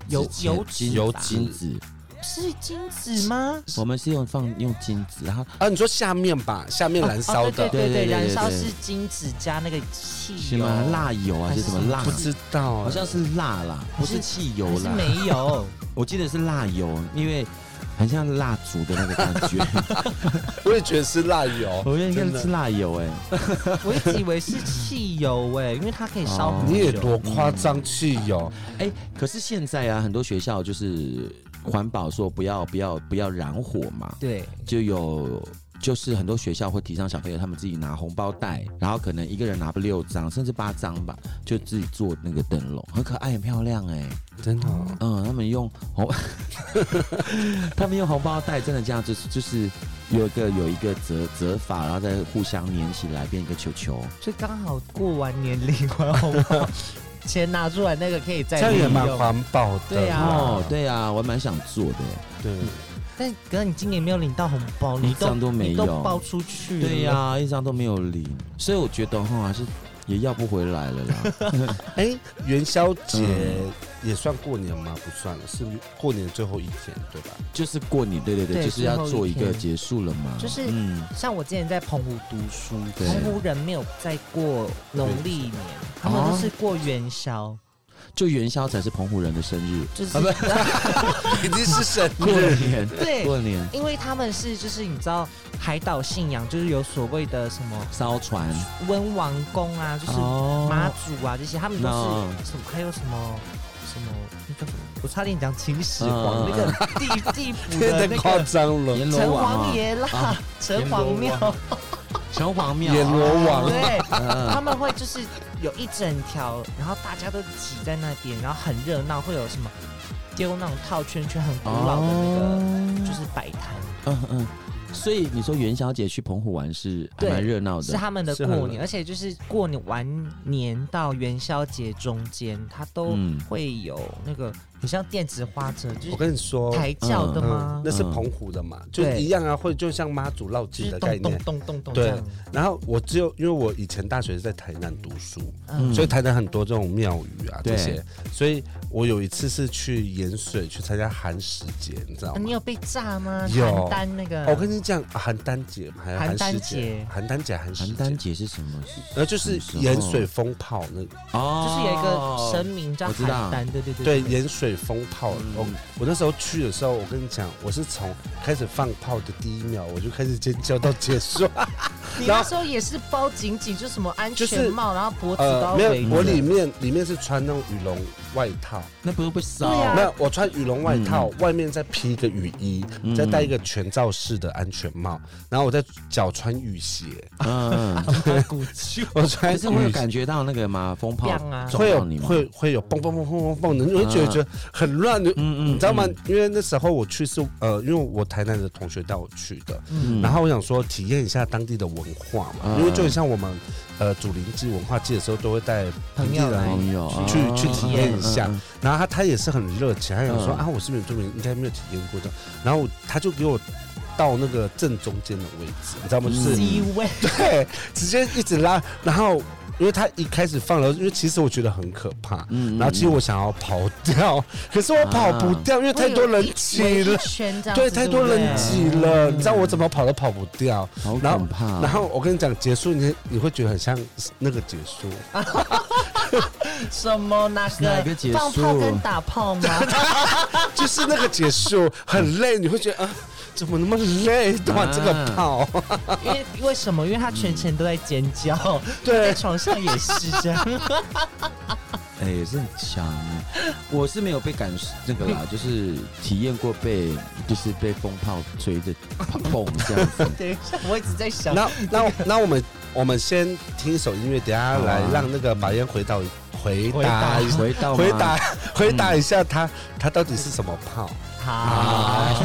[SPEAKER 1] 油
[SPEAKER 3] 纸钱
[SPEAKER 1] 油
[SPEAKER 3] 金
[SPEAKER 1] 纸
[SPEAKER 2] 油
[SPEAKER 1] 吧
[SPEAKER 2] 纸
[SPEAKER 3] 金子，
[SPEAKER 1] 是金子吗？
[SPEAKER 3] 我们是用放用金子，然后
[SPEAKER 2] 啊，你说下面吧，下面燃烧
[SPEAKER 1] 哦
[SPEAKER 2] 的，
[SPEAKER 1] 对对对
[SPEAKER 3] 对对对对
[SPEAKER 1] 燃烧
[SPEAKER 3] 对
[SPEAKER 1] 是金子加那个汽油，
[SPEAKER 3] 什么蜡油啊，
[SPEAKER 1] 还
[SPEAKER 3] 是
[SPEAKER 1] 是
[SPEAKER 3] 什么蜡
[SPEAKER 2] 不？知道，啊
[SPEAKER 3] 好像是蜡啦，不是汽油
[SPEAKER 1] 还是
[SPEAKER 3] 啦，
[SPEAKER 1] 没有？
[SPEAKER 3] 我记得是蜡油，因为很像蜡烛的那个感觉。
[SPEAKER 2] 我也觉得是蜡油，
[SPEAKER 3] 我觉得应
[SPEAKER 2] 真
[SPEAKER 3] 该
[SPEAKER 2] 的
[SPEAKER 3] 是蜡油哎、
[SPEAKER 1] 我一直以为是汽油哎，因为它可以烧
[SPEAKER 3] 哦
[SPEAKER 1] 很久。
[SPEAKER 2] 啊你也多夸张，汽油，
[SPEAKER 3] 哎、可是现在啊，很多学校就是环保说不要不要不要燃火嘛，
[SPEAKER 1] 对，
[SPEAKER 3] 就有就是很多学校会提倡小朋友他们自己拿红包袋，然后可能一个人拿不六张甚至八张吧，就自己做那个灯笼，很可爱很漂亮哎、
[SPEAKER 2] 真的哦。
[SPEAKER 3] 嗯，他们用红， 他们用红包袋真的这样就是就是有一个有一个折折法，然后再互相粘起来变一个球球。
[SPEAKER 1] 就刚好过完年领完红包，钱拿出来那个可以再
[SPEAKER 2] 这样也蛮
[SPEAKER 1] 利用。
[SPEAKER 2] 环保的。
[SPEAKER 1] 对啊
[SPEAKER 3] 哦，对啊，我还蛮想做的欸。
[SPEAKER 2] 对，
[SPEAKER 1] 但可是你今年没有领到红包，你
[SPEAKER 3] 一
[SPEAKER 1] 都
[SPEAKER 3] 张都没
[SPEAKER 1] 你都
[SPEAKER 3] 有
[SPEAKER 1] 包出去了。
[SPEAKER 3] 对呀、一张都没有领，所以我觉得哈还是也要不回来了 啦。
[SPEAKER 2] 哎，元宵节
[SPEAKER 3] 嗯
[SPEAKER 2] 也算过年吗？不算了，是过年最后一天，对吧？
[SPEAKER 3] 就是过年，对对对，
[SPEAKER 1] 对
[SPEAKER 3] 就是要做一
[SPEAKER 1] 最
[SPEAKER 3] 个
[SPEAKER 1] 后一天
[SPEAKER 3] 结束了嘛。
[SPEAKER 1] 就是
[SPEAKER 3] 嗯，
[SPEAKER 1] 像我之前在澎湖读书，
[SPEAKER 3] 对
[SPEAKER 1] 澎湖人没有在过农历年，他们都是过元宵，
[SPEAKER 3] 就元宵才是澎湖人的生 日，
[SPEAKER 1] 就是、
[SPEAKER 2] 已经是神
[SPEAKER 3] 过年，
[SPEAKER 1] 对，
[SPEAKER 3] 过年
[SPEAKER 1] 因为他们是就是你知道海岛信仰，就是有所谓的什么
[SPEAKER 3] 烧船，
[SPEAKER 1] 温王宫啊，就是
[SPEAKER 3] 哦
[SPEAKER 1] 妈祖啊这些，他们都
[SPEAKER 3] 那
[SPEAKER 1] 是什么还有什么什么那叫什么？我差点讲秦始皇、
[SPEAKER 3] 嗯
[SPEAKER 1] 那个地地府的
[SPEAKER 2] 太
[SPEAKER 1] 那
[SPEAKER 2] 夸
[SPEAKER 1] 个
[SPEAKER 2] 张了。
[SPEAKER 3] 阎
[SPEAKER 1] 城
[SPEAKER 3] 罗王
[SPEAKER 1] 隍爷啦
[SPEAKER 3] 啊，
[SPEAKER 1] 城隍
[SPEAKER 2] 阎
[SPEAKER 1] 庙
[SPEAKER 2] 罗，
[SPEAKER 3] 城隍庙，
[SPEAKER 2] 阎罗王
[SPEAKER 1] 对。
[SPEAKER 3] 嗯
[SPEAKER 1] 他们会就是有一整条，然后大家都挤在那边，然后很热闹，会有什么丢那种套圈圈，很古老的那个，
[SPEAKER 2] 哦
[SPEAKER 3] 哦
[SPEAKER 1] 就是摆摊，
[SPEAKER 3] 嗯嗯。所以你说元宵节去澎湖玩是还
[SPEAKER 1] 对
[SPEAKER 3] 蛮热闹
[SPEAKER 1] 是
[SPEAKER 3] 的，
[SPEAKER 1] 他们的
[SPEAKER 2] 是很
[SPEAKER 1] 过年，而且就是过年完年到元宵节中间，它都
[SPEAKER 3] 嗯
[SPEAKER 1] 会有那个很像电子花车，就
[SPEAKER 2] 我
[SPEAKER 1] 是
[SPEAKER 2] 跟你说，嗯
[SPEAKER 1] 抬轿的吗？
[SPEAKER 2] 那是澎湖的嘛，就
[SPEAKER 1] 对
[SPEAKER 2] 一样啊，会就像妈祖绕
[SPEAKER 1] 就
[SPEAKER 2] 境
[SPEAKER 1] 是
[SPEAKER 2] 的概
[SPEAKER 1] 咚咚
[SPEAKER 2] 念。
[SPEAKER 1] 咚咚咚
[SPEAKER 2] 对
[SPEAKER 1] 这样，
[SPEAKER 2] 然后我只有因为我以前大学是在台南读书，
[SPEAKER 1] 嗯
[SPEAKER 2] 所以台南很多这种庙宇啊
[SPEAKER 3] 对
[SPEAKER 2] 这些，所以我有一次是去盐水去参加寒食节，你知道
[SPEAKER 1] 啊你
[SPEAKER 2] 吗？
[SPEAKER 1] 有被炸吗？
[SPEAKER 2] 嗯有
[SPEAKER 1] 邯郸那个，
[SPEAKER 2] 哦我跟你讲，啊邯郸节嘛，还有
[SPEAKER 1] 邯
[SPEAKER 2] 寒
[SPEAKER 1] 郸
[SPEAKER 2] 食节
[SPEAKER 1] 节，
[SPEAKER 2] 邯郸节，寒食节
[SPEAKER 3] 邯郸，节是什么？
[SPEAKER 2] 然后就是
[SPEAKER 3] 什么时候
[SPEAKER 2] 盐水风炮那
[SPEAKER 3] 哦
[SPEAKER 1] 就是有一个神明叫
[SPEAKER 3] 我知
[SPEAKER 1] 邯
[SPEAKER 3] 道
[SPEAKER 1] 郸，对对对
[SPEAKER 2] 对盐水风炮，
[SPEAKER 3] 嗯
[SPEAKER 2] 我我那时候去的时候，我跟你讲，我是从开始放炮的第一秒，我就开始尖叫到结束，
[SPEAKER 1] 你
[SPEAKER 2] 然后
[SPEAKER 1] 那时候也是包紧紧，就什么安
[SPEAKER 2] 就是
[SPEAKER 1] 全帽，然后脖子都要
[SPEAKER 2] 呃，没有
[SPEAKER 1] 围，着
[SPEAKER 2] 我里面里面是穿那种羽绒外套，
[SPEAKER 3] 那不是被烧？
[SPEAKER 1] 对啊
[SPEAKER 2] 没有，我穿羽绒外套，
[SPEAKER 3] 嗯
[SPEAKER 2] 外面再披一个雨衣，再戴一个全罩式的安全帽，然后我在脚穿雨鞋，
[SPEAKER 3] 嗯，
[SPEAKER 1] 鼓球
[SPEAKER 2] 我穿
[SPEAKER 3] 可是会有
[SPEAKER 2] 雨鞋。
[SPEAKER 3] 感觉到那个嘛风炮
[SPEAKER 1] 样啊
[SPEAKER 3] 撞
[SPEAKER 2] 会有
[SPEAKER 3] 到你吗？
[SPEAKER 2] 会会有嘣嘣嘣嘣嘣嘣的，你会觉得
[SPEAKER 3] 啊
[SPEAKER 2] 觉得很乱，你
[SPEAKER 3] 嗯
[SPEAKER 2] 你知道吗？？因为那时候我去是呃，因为我台南的同学带我去的，
[SPEAKER 1] 嗯
[SPEAKER 2] 然后我想说体验一下当地的文化嘛，
[SPEAKER 3] 嗯
[SPEAKER 2] 因为就很像我们呃主灵祭文化祭的时候，都会带平地
[SPEAKER 1] 朋友来
[SPEAKER 2] 人
[SPEAKER 3] 朋友
[SPEAKER 2] 去
[SPEAKER 3] 啊
[SPEAKER 2] 去体验一下
[SPEAKER 3] 嗯嗯
[SPEAKER 2] 然后他他也是很热情，他有说、
[SPEAKER 3] 嗯
[SPEAKER 2] 啊，我是原住民，应该没有体验过的。然后他就给我到那个正中间的位置，你知道吗？就是、
[SPEAKER 3] 嗯
[SPEAKER 1] C 位，
[SPEAKER 2] 对，直接一直拉。然后因为他一开始放了，因为其实我觉得很可怕。
[SPEAKER 3] 嗯嗯
[SPEAKER 2] 然后其实我想要跑掉，可是我跑不掉，因为太多人
[SPEAKER 1] 围
[SPEAKER 2] 挤
[SPEAKER 1] 一
[SPEAKER 2] 了。
[SPEAKER 1] 圈这样子，
[SPEAKER 2] 对，太多
[SPEAKER 1] 不对
[SPEAKER 2] 人挤了，
[SPEAKER 1] 嗯
[SPEAKER 2] 你知道我怎么跑都跑不掉。
[SPEAKER 3] 好
[SPEAKER 2] 然后
[SPEAKER 3] 可怕哦，
[SPEAKER 2] 然后我跟你讲，结束你你会觉得很像那个结束，
[SPEAKER 1] 什么那
[SPEAKER 3] 哪
[SPEAKER 1] 个
[SPEAKER 3] 个结束
[SPEAKER 1] 放炮跟打 炮吗？
[SPEAKER 2] 就是那个结 束很累，你会觉得啊，怎么那么累打这个炮？
[SPEAKER 1] 因为为什么？因为他全程都在尖叫，在
[SPEAKER 2] 对，
[SPEAKER 1] 床上也是这样。
[SPEAKER 3] 哎、也是很强啊。我是没有被感那个啦，就是体验过被就是被风炮吹着啪砰这样子。
[SPEAKER 1] 等一下，我一直在想，
[SPEAKER 2] 那那那我们我们先听一首音乐，等一下来
[SPEAKER 3] 好啊
[SPEAKER 2] 让那个白烟回到回
[SPEAKER 1] 回
[SPEAKER 2] 答
[SPEAKER 1] 答
[SPEAKER 2] 一下
[SPEAKER 3] 回到吗
[SPEAKER 2] 回答回答一下他他到底是什么炮？
[SPEAKER 1] 好，
[SPEAKER 2] 啊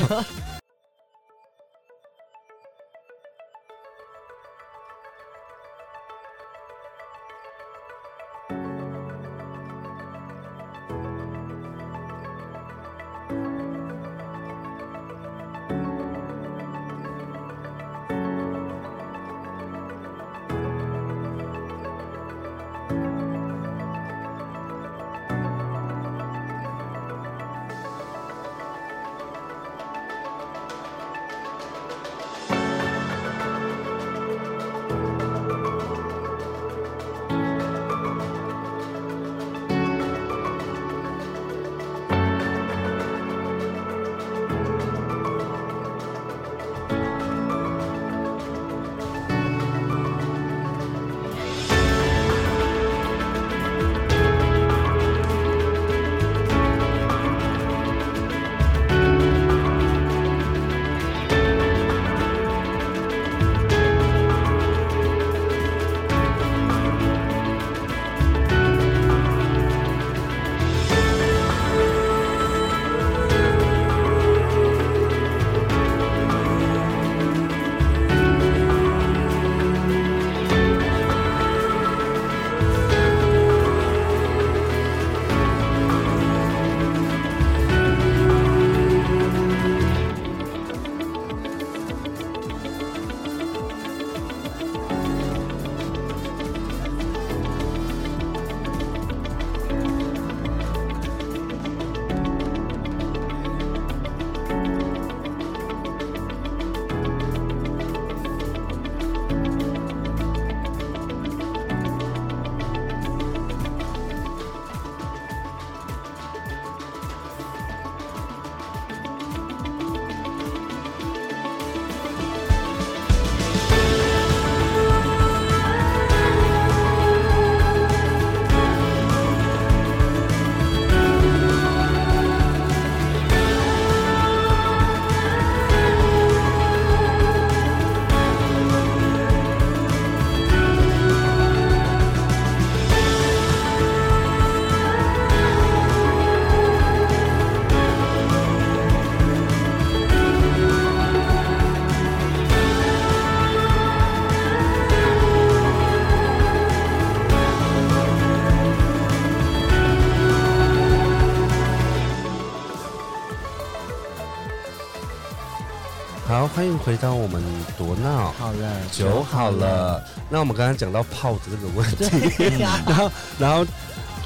[SPEAKER 2] 好，欢迎回到我们多闹
[SPEAKER 1] 好了，
[SPEAKER 2] 酒好了。那我们刚刚讲到炮的这个问题，
[SPEAKER 1] 对呀，
[SPEAKER 2] 然后 然后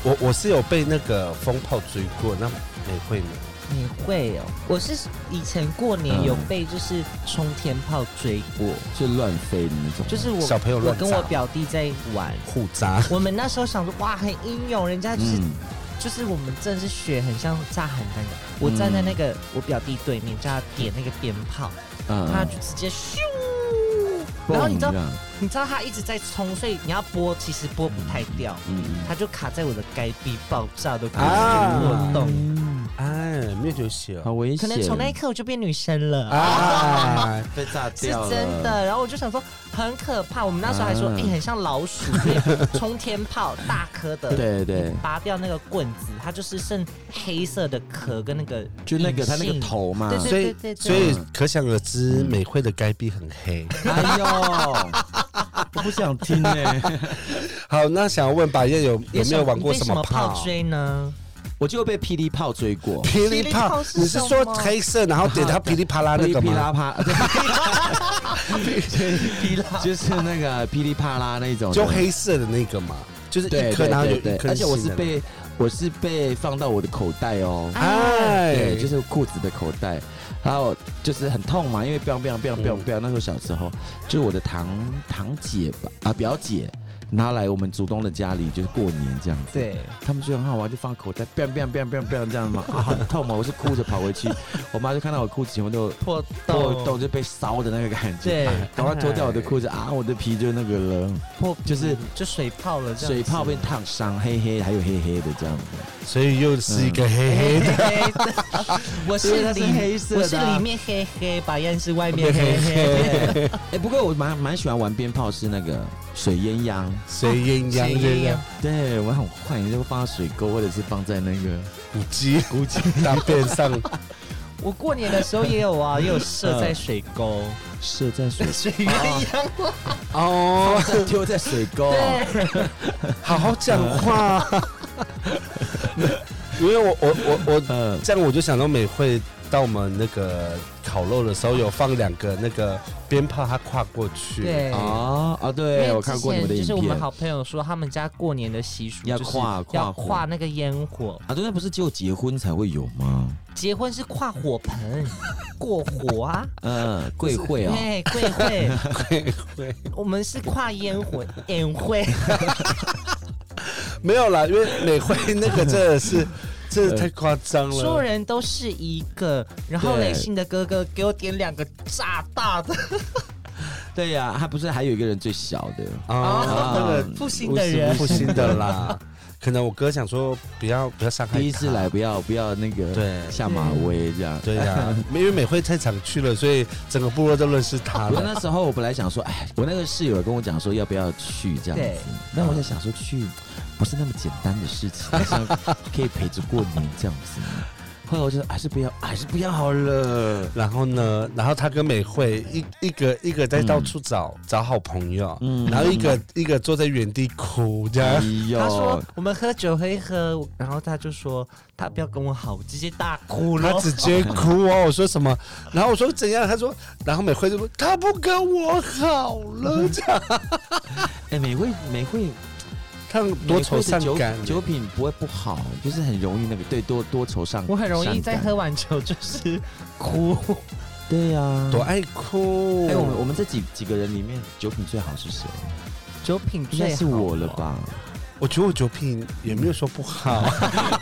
[SPEAKER 2] 我我是有被那个风炮追过，那也会呢。
[SPEAKER 1] 你会哦？我是以前过年
[SPEAKER 3] 嗯
[SPEAKER 1] 有被就是冲天炮追过，
[SPEAKER 3] 就乱飞的那种，
[SPEAKER 1] 就是我
[SPEAKER 2] 小朋友
[SPEAKER 1] 我
[SPEAKER 2] 乱
[SPEAKER 1] 跟
[SPEAKER 2] 炸
[SPEAKER 1] 我表弟在玩，
[SPEAKER 2] 互砸，
[SPEAKER 1] 我们那时候想说哇很英勇，人家
[SPEAKER 3] 嗯
[SPEAKER 1] 就是就是我们真的是雪很像炸邯郸的，我站在那个我表弟对面，叫他点那个鞭炮，
[SPEAKER 3] 嗯
[SPEAKER 1] 他就直接咻，
[SPEAKER 3] 嗯
[SPEAKER 1] 然后你知道
[SPEAKER 3] 蹦这样
[SPEAKER 1] 你知道他一直在冲，所以你要拨其实拨不太掉，
[SPEAKER 3] 嗯嗯
[SPEAKER 1] 他就卡在我的该逼爆炸的过
[SPEAKER 2] 啊
[SPEAKER 1] 我懂。
[SPEAKER 3] 嗯
[SPEAKER 2] 哎，没有流血哦
[SPEAKER 3] 好危
[SPEAKER 1] 可
[SPEAKER 3] 险，
[SPEAKER 1] 能从那一刻我就变女生了。
[SPEAKER 2] 啊！
[SPEAKER 3] 被炸
[SPEAKER 1] 是
[SPEAKER 3] 掉了，
[SPEAKER 1] 真的，然后我就想说很可怕。我们那时候还说，
[SPEAKER 3] 啊
[SPEAKER 1] 哎、很像老鼠，因为冲天炮大颗的，
[SPEAKER 3] 对对
[SPEAKER 1] 你拔掉那个棍子，它就是剩黑色的壳跟那个，
[SPEAKER 3] 就那个他那个，头嘛，
[SPEAKER 1] 对
[SPEAKER 2] 所
[SPEAKER 1] 对
[SPEAKER 2] 以
[SPEAKER 1] 对对
[SPEAKER 2] 所以可想而知，美惠的该币很黑。
[SPEAKER 3] 哎呦，我不想听哎、
[SPEAKER 2] 好，那想要问白夜有有没有玩过
[SPEAKER 1] 什
[SPEAKER 2] 什么
[SPEAKER 1] 炮
[SPEAKER 2] 炮？
[SPEAKER 1] 追呢？
[SPEAKER 3] 我就被霹雳炮追过，
[SPEAKER 2] 噼里
[SPEAKER 1] 霹雳
[SPEAKER 2] 啪
[SPEAKER 1] 炮，是
[SPEAKER 2] 你是
[SPEAKER 1] 什
[SPEAKER 2] 说
[SPEAKER 1] 么
[SPEAKER 2] 黑色，然后点它噼里啪啦
[SPEAKER 3] 噼
[SPEAKER 2] 那
[SPEAKER 3] 里
[SPEAKER 2] 个
[SPEAKER 3] 噼
[SPEAKER 2] 吗？
[SPEAKER 3] 啦啪， 噼啦，就是那个噼里啪啦那种的，
[SPEAKER 2] 就黑色的那个嘛，就是
[SPEAKER 3] 对
[SPEAKER 2] 一颗，
[SPEAKER 3] 对
[SPEAKER 2] 然后有
[SPEAKER 3] 对
[SPEAKER 2] 一
[SPEAKER 3] 对，
[SPEAKER 2] 颗。
[SPEAKER 3] 而且我是被我是被放到我的口袋哦，
[SPEAKER 2] 哎，
[SPEAKER 3] 对，就是裤子的口袋，然后就是很痛嘛，因为 biang biang biang
[SPEAKER 1] 嗯
[SPEAKER 3] biang biang，那时候小时候，就是我的堂堂姐吧啊表姐。拿来我们竹东的家里就是过年这样子，
[SPEAKER 1] 对，
[SPEAKER 3] 他们就很好玩，就放口袋，biang biang biang biang biang 这样嘛，啊， 很痛嘛，我是哭着跑 回去，我妈就看到我裤子全部都有
[SPEAKER 1] 破
[SPEAKER 3] 痘痘，就被烧的那个感觉，
[SPEAKER 1] 对
[SPEAKER 3] 哎赶快脱掉我的裤子啊，我的皮就那个了，
[SPEAKER 1] 破
[SPEAKER 3] 就是
[SPEAKER 1] 就水泡了，这样子
[SPEAKER 3] 水泡被烫伤，黑黑还有黑黑的这样子，
[SPEAKER 2] 所以又是一个黑黑 的。
[SPEAKER 1] 黑的，我
[SPEAKER 3] 因为
[SPEAKER 1] 是
[SPEAKER 3] 它是
[SPEAKER 1] 里
[SPEAKER 3] 黑色的
[SPEAKER 1] 我是
[SPEAKER 3] 啊
[SPEAKER 1] 里面黑黑，白燕是外 面黑黑。
[SPEAKER 3] 哎、不过我蛮蛮喜欢玩鞭炮，是那个水鸳鸯。
[SPEAKER 2] 谁鸳鸯
[SPEAKER 1] 谁
[SPEAKER 2] 鸳
[SPEAKER 1] 鸳
[SPEAKER 2] 鸯
[SPEAKER 1] 鸯
[SPEAKER 3] 对，我很坏，你就放在水沟，或者是放在那个
[SPEAKER 2] 古鸡
[SPEAKER 3] 古井
[SPEAKER 2] 大便上，
[SPEAKER 1] 我过年的时候也有啊，也有射在水沟，
[SPEAKER 3] 射在 水
[SPEAKER 1] 水鸳鸯
[SPEAKER 2] 哦，
[SPEAKER 3] 丢在水沟。
[SPEAKER 2] 好好讲话。因为我我我我
[SPEAKER 3] 嗯，
[SPEAKER 2] 这样我就想到美惠到我们那个烤肉的时候有放两个那个鞭炮，它跨过去。
[SPEAKER 1] 对。
[SPEAKER 3] 哦哦，
[SPEAKER 1] 因为
[SPEAKER 3] 对，我看过你们的
[SPEAKER 1] 之
[SPEAKER 3] 影
[SPEAKER 1] 前就是
[SPEAKER 3] 片。
[SPEAKER 1] 我们好朋友说，他们家过年的习俗
[SPEAKER 3] 要
[SPEAKER 1] 就是
[SPEAKER 3] 跨跨
[SPEAKER 1] 要
[SPEAKER 3] 火
[SPEAKER 1] 跨那个烟火，
[SPEAKER 3] 啊，对，那不是只有结婚才会有吗？
[SPEAKER 1] 结婚是跨火盆，过火 啊，
[SPEAKER 3] 嗯，贵会哦，
[SPEAKER 1] 对，贵会，
[SPEAKER 2] 对，
[SPEAKER 1] 我们是跨烟火，烟 会，
[SPEAKER 2] 没有啦，因为美惠那个真的是，真的太夸张
[SPEAKER 1] 所有
[SPEAKER 2] 了。
[SPEAKER 1] 人都是一个，然后
[SPEAKER 3] 对
[SPEAKER 1] 雷信的哥哥给我点两个炸大的，
[SPEAKER 3] 对呀、他不是还有一个人最小的，
[SPEAKER 2] 啊，那
[SPEAKER 3] 嗯
[SPEAKER 2] 个
[SPEAKER 1] 负心的人
[SPEAKER 2] 不行的啦。可能我哥想说不要不要伤害他
[SPEAKER 3] 第一次来不要不要那个
[SPEAKER 2] 对
[SPEAKER 3] 下马威这样。
[SPEAKER 2] 对呀、因为美惠太常去了，所以整个部落都认识他
[SPEAKER 3] 我
[SPEAKER 2] 了。
[SPEAKER 3] 那时候我本来想说，哎，我那个室友跟我讲说要不要去这样
[SPEAKER 1] 对
[SPEAKER 3] 子，那我在想说去不是那么简单的 事情，好像可以陪着过年这样子。后来我就说还是不要，还是不要好了。
[SPEAKER 2] 然后呢，然后他跟美惠一一个一个在到处找、找好朋友，
[SPEAKER 3] 嗯
[SPEAKER 2] 然后一个一个坐在原地哭这
[SPEAKER 3] 哎
[SPEAKER 2] 样。
[SPEAKER 1] 他说
[SPEAKER 3] 呦，
[SPEAKER 1] 我们喝酒喝一喝，然后他就说他不要跟我好，我直接大哭
[SPEAKER 2] 他
[SPEAKER 1] 了。
[SPEAKER 2] 直接哭哦，我说什么？然后我说怎样？他说，然后美惠就说他不跟我好 了，这样
[SPEAKER 3] 哎，美惠美惠
[SPEAKER 2] 他多愁善
[SPEAKER 3] 美惠的
[SPEAKER 2] 感
[SPEAKER 3] 酒酒品不会不好，就是很容易那个对多多愁善。
[SPEAKER 1] 我很容易
[SPEAKER 3] 善
[SPEAKER 1] 在
[SPEAKER 3] 感
[SPEAKER 1] 喝完酒就是 哭，
[SPEAKER 3] 对呀，
[SPEAKER 2] 多爱哭。
[SPEAKER 3] 哎，我们我们这几几个人里面，酒品最好是谁？
[SPEAKER 1] 酒品
[SPEAKER 3] 应该
[SPEAKER 1] 最
[SPEAKER 3] 是
[SPEAKER 1] 好
[SPEAKER 3] 我了吧？
[SPEAKER 2] 我觉得我酒品也没有说不 好，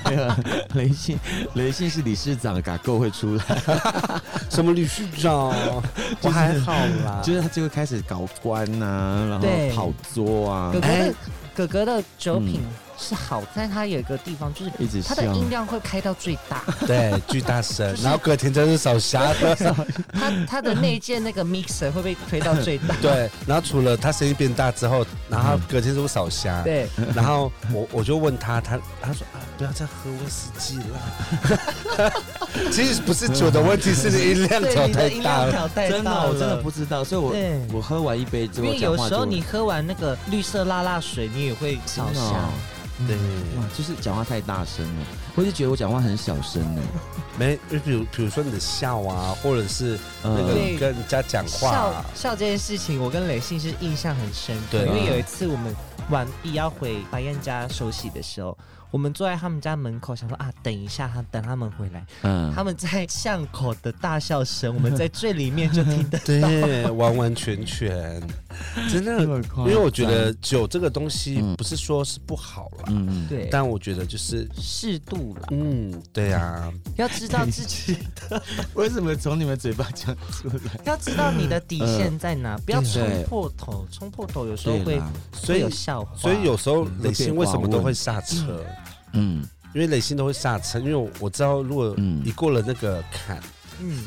[SPEAKER 3] 没有雷信，雷信是理事长，嘎够会出来。
[SPEAKER 2] 什么理事长，我还好啦，
[SPEAKER 3] 就是他就会开始搞官呐、然后
[SPEAKER 1] 啊对
[SPEAKER 3] 跑桌啊
[SPEAKER 1] 哥，哥
[SPEAKER 2] 哎
[SPEAKER 1] 的哥哥的酒品是好，但他有一个地方就是
[SPEAKER 3] 一直
[SPEAKER 1] 他
[SPEAKER 3] 笑
[SPEAKER 1] 的。音量会开到最大，
[SPEAKER 2] 对，巨大声，然后隔天真是少 瞎了。。
[SPEAKER 1] 他他的那件那个 mixer 会被推到最大
[SPEAKER 2] 对，然后除了他声音变大之后，然后他隔天是会少瞎。，
[SPEAKER 1] 对，
[SPEAKER 2] 然后我我就问他，他他说啊，不要再喝威士忌了。 其实不是酒的问题，是你音量
[SPEAKER 1] 对
[SPEAKER 2] 调
[SPEAKER 1] 你
[SPEAKER 2] 太
[SPEAKER 1] 的音
[SPEAKER 2] 大
[SPEAKER 1] 量
[SPEAKER 2] 了。
[SPEAKER 1] 调太
[SPEAKER 3] 真的，
[SPEAKER 1] 大
[SPEAKER 3] 我
[SPEAKER 1] 了，
[SPEAKER 3] 真的不。知道，所以
[SPEAKER 1] 对
[SPEAKER 3] 我我喝完一杯之
[SPEAKER 1] 因
[SPEAKER 3] 后
[SPEAKER 1] 为
[SPEAKER 3] 讲
[SPEAKER 1] 有
[SPEAKER 3] 话
[SPEAKER 1] 时
[SPEAKER 3] 就
[SPEAKER 1] 候你喝完那个绿色拉拉水，你也会
[SPEAKER 3] 真
[SPEAKER 1] 烧
[SPEAKER 3] 的
[SPEAKER 1] 香
[SPEAKER 3] 哦。
[SPEAKER 2] 对，
[SPEAKER 3] 哇，就是讲话太大声了，我就觉得我讲话很小声呢。
[SPEAKER 2] 没，比如比如说你的笑啊，或者是那 个
[SPEAKER 1] 对
[SPEAKER 2] 跟人家讲话
[SPEAKER 1] 嗯笑
[SPEAKER 2] 啊，
[SPEAKER 1] 笑这件事情，我跟磊信是印象很深刻，
[SPEAKER 2] 对，
[SPEAKER 1] 因为
[SPEAKER 3] 啊
[SPEAKER 1] 有一次我们完毕要回白燕家休息的时候，我们坐在他们家门口，想说啊，等一下他等他们回来，
[SPEAKER 3] 嗯，
[SPEAKER 1] 他们在巷口的大笑声，我们在最里面就听得
[SPEAKER 2] 对，完完全全，真的，因为我觉得酒这个东西
[SPEAKER 3] 嗯
[SPEAKER 2] 不是说是不好啦，
[SPEAKER 3] 嗯，嗯，
[SPEAKER 1] 对，
[SPEAKER 2] 但我觉得就是，
[SPEAKER 1] 适度了，
[SPEAKER 2] 嗯，对呀，
[SPEAKER 1] 要知道自己，
[SPEAKER 3] 为什么从你们嘴巴讲出 来？
[SPEAKER 1] 要知道你的底线在哪，
[SPEAKER 2] 嗯
[SPEAKER 1] 不要冲破头，冲破头有时候
[SPEAKER 3] 对
[SPEAKER 1] 会
[SPEAKER 3] 啦，
[SPEAKER 2] 所
[SPEAKER 1] 会
[SPEAKER 2] 以
[SPEAKER 1] 有笑话，
[SPEAKER 2] 所以有时候
[SPEAKER 3] 嗯
[SPEAKER 2] 雷信为什么都会刹车？
[SPEAKER 3] 嗯，
[SPEAKER 2] 因为雷星都会下沉，因为我我知道如果
[SPEAKER 3] 嗯
[SPEAKER 2] 你过了那个坎，
[SPEAKER 1] 嗯，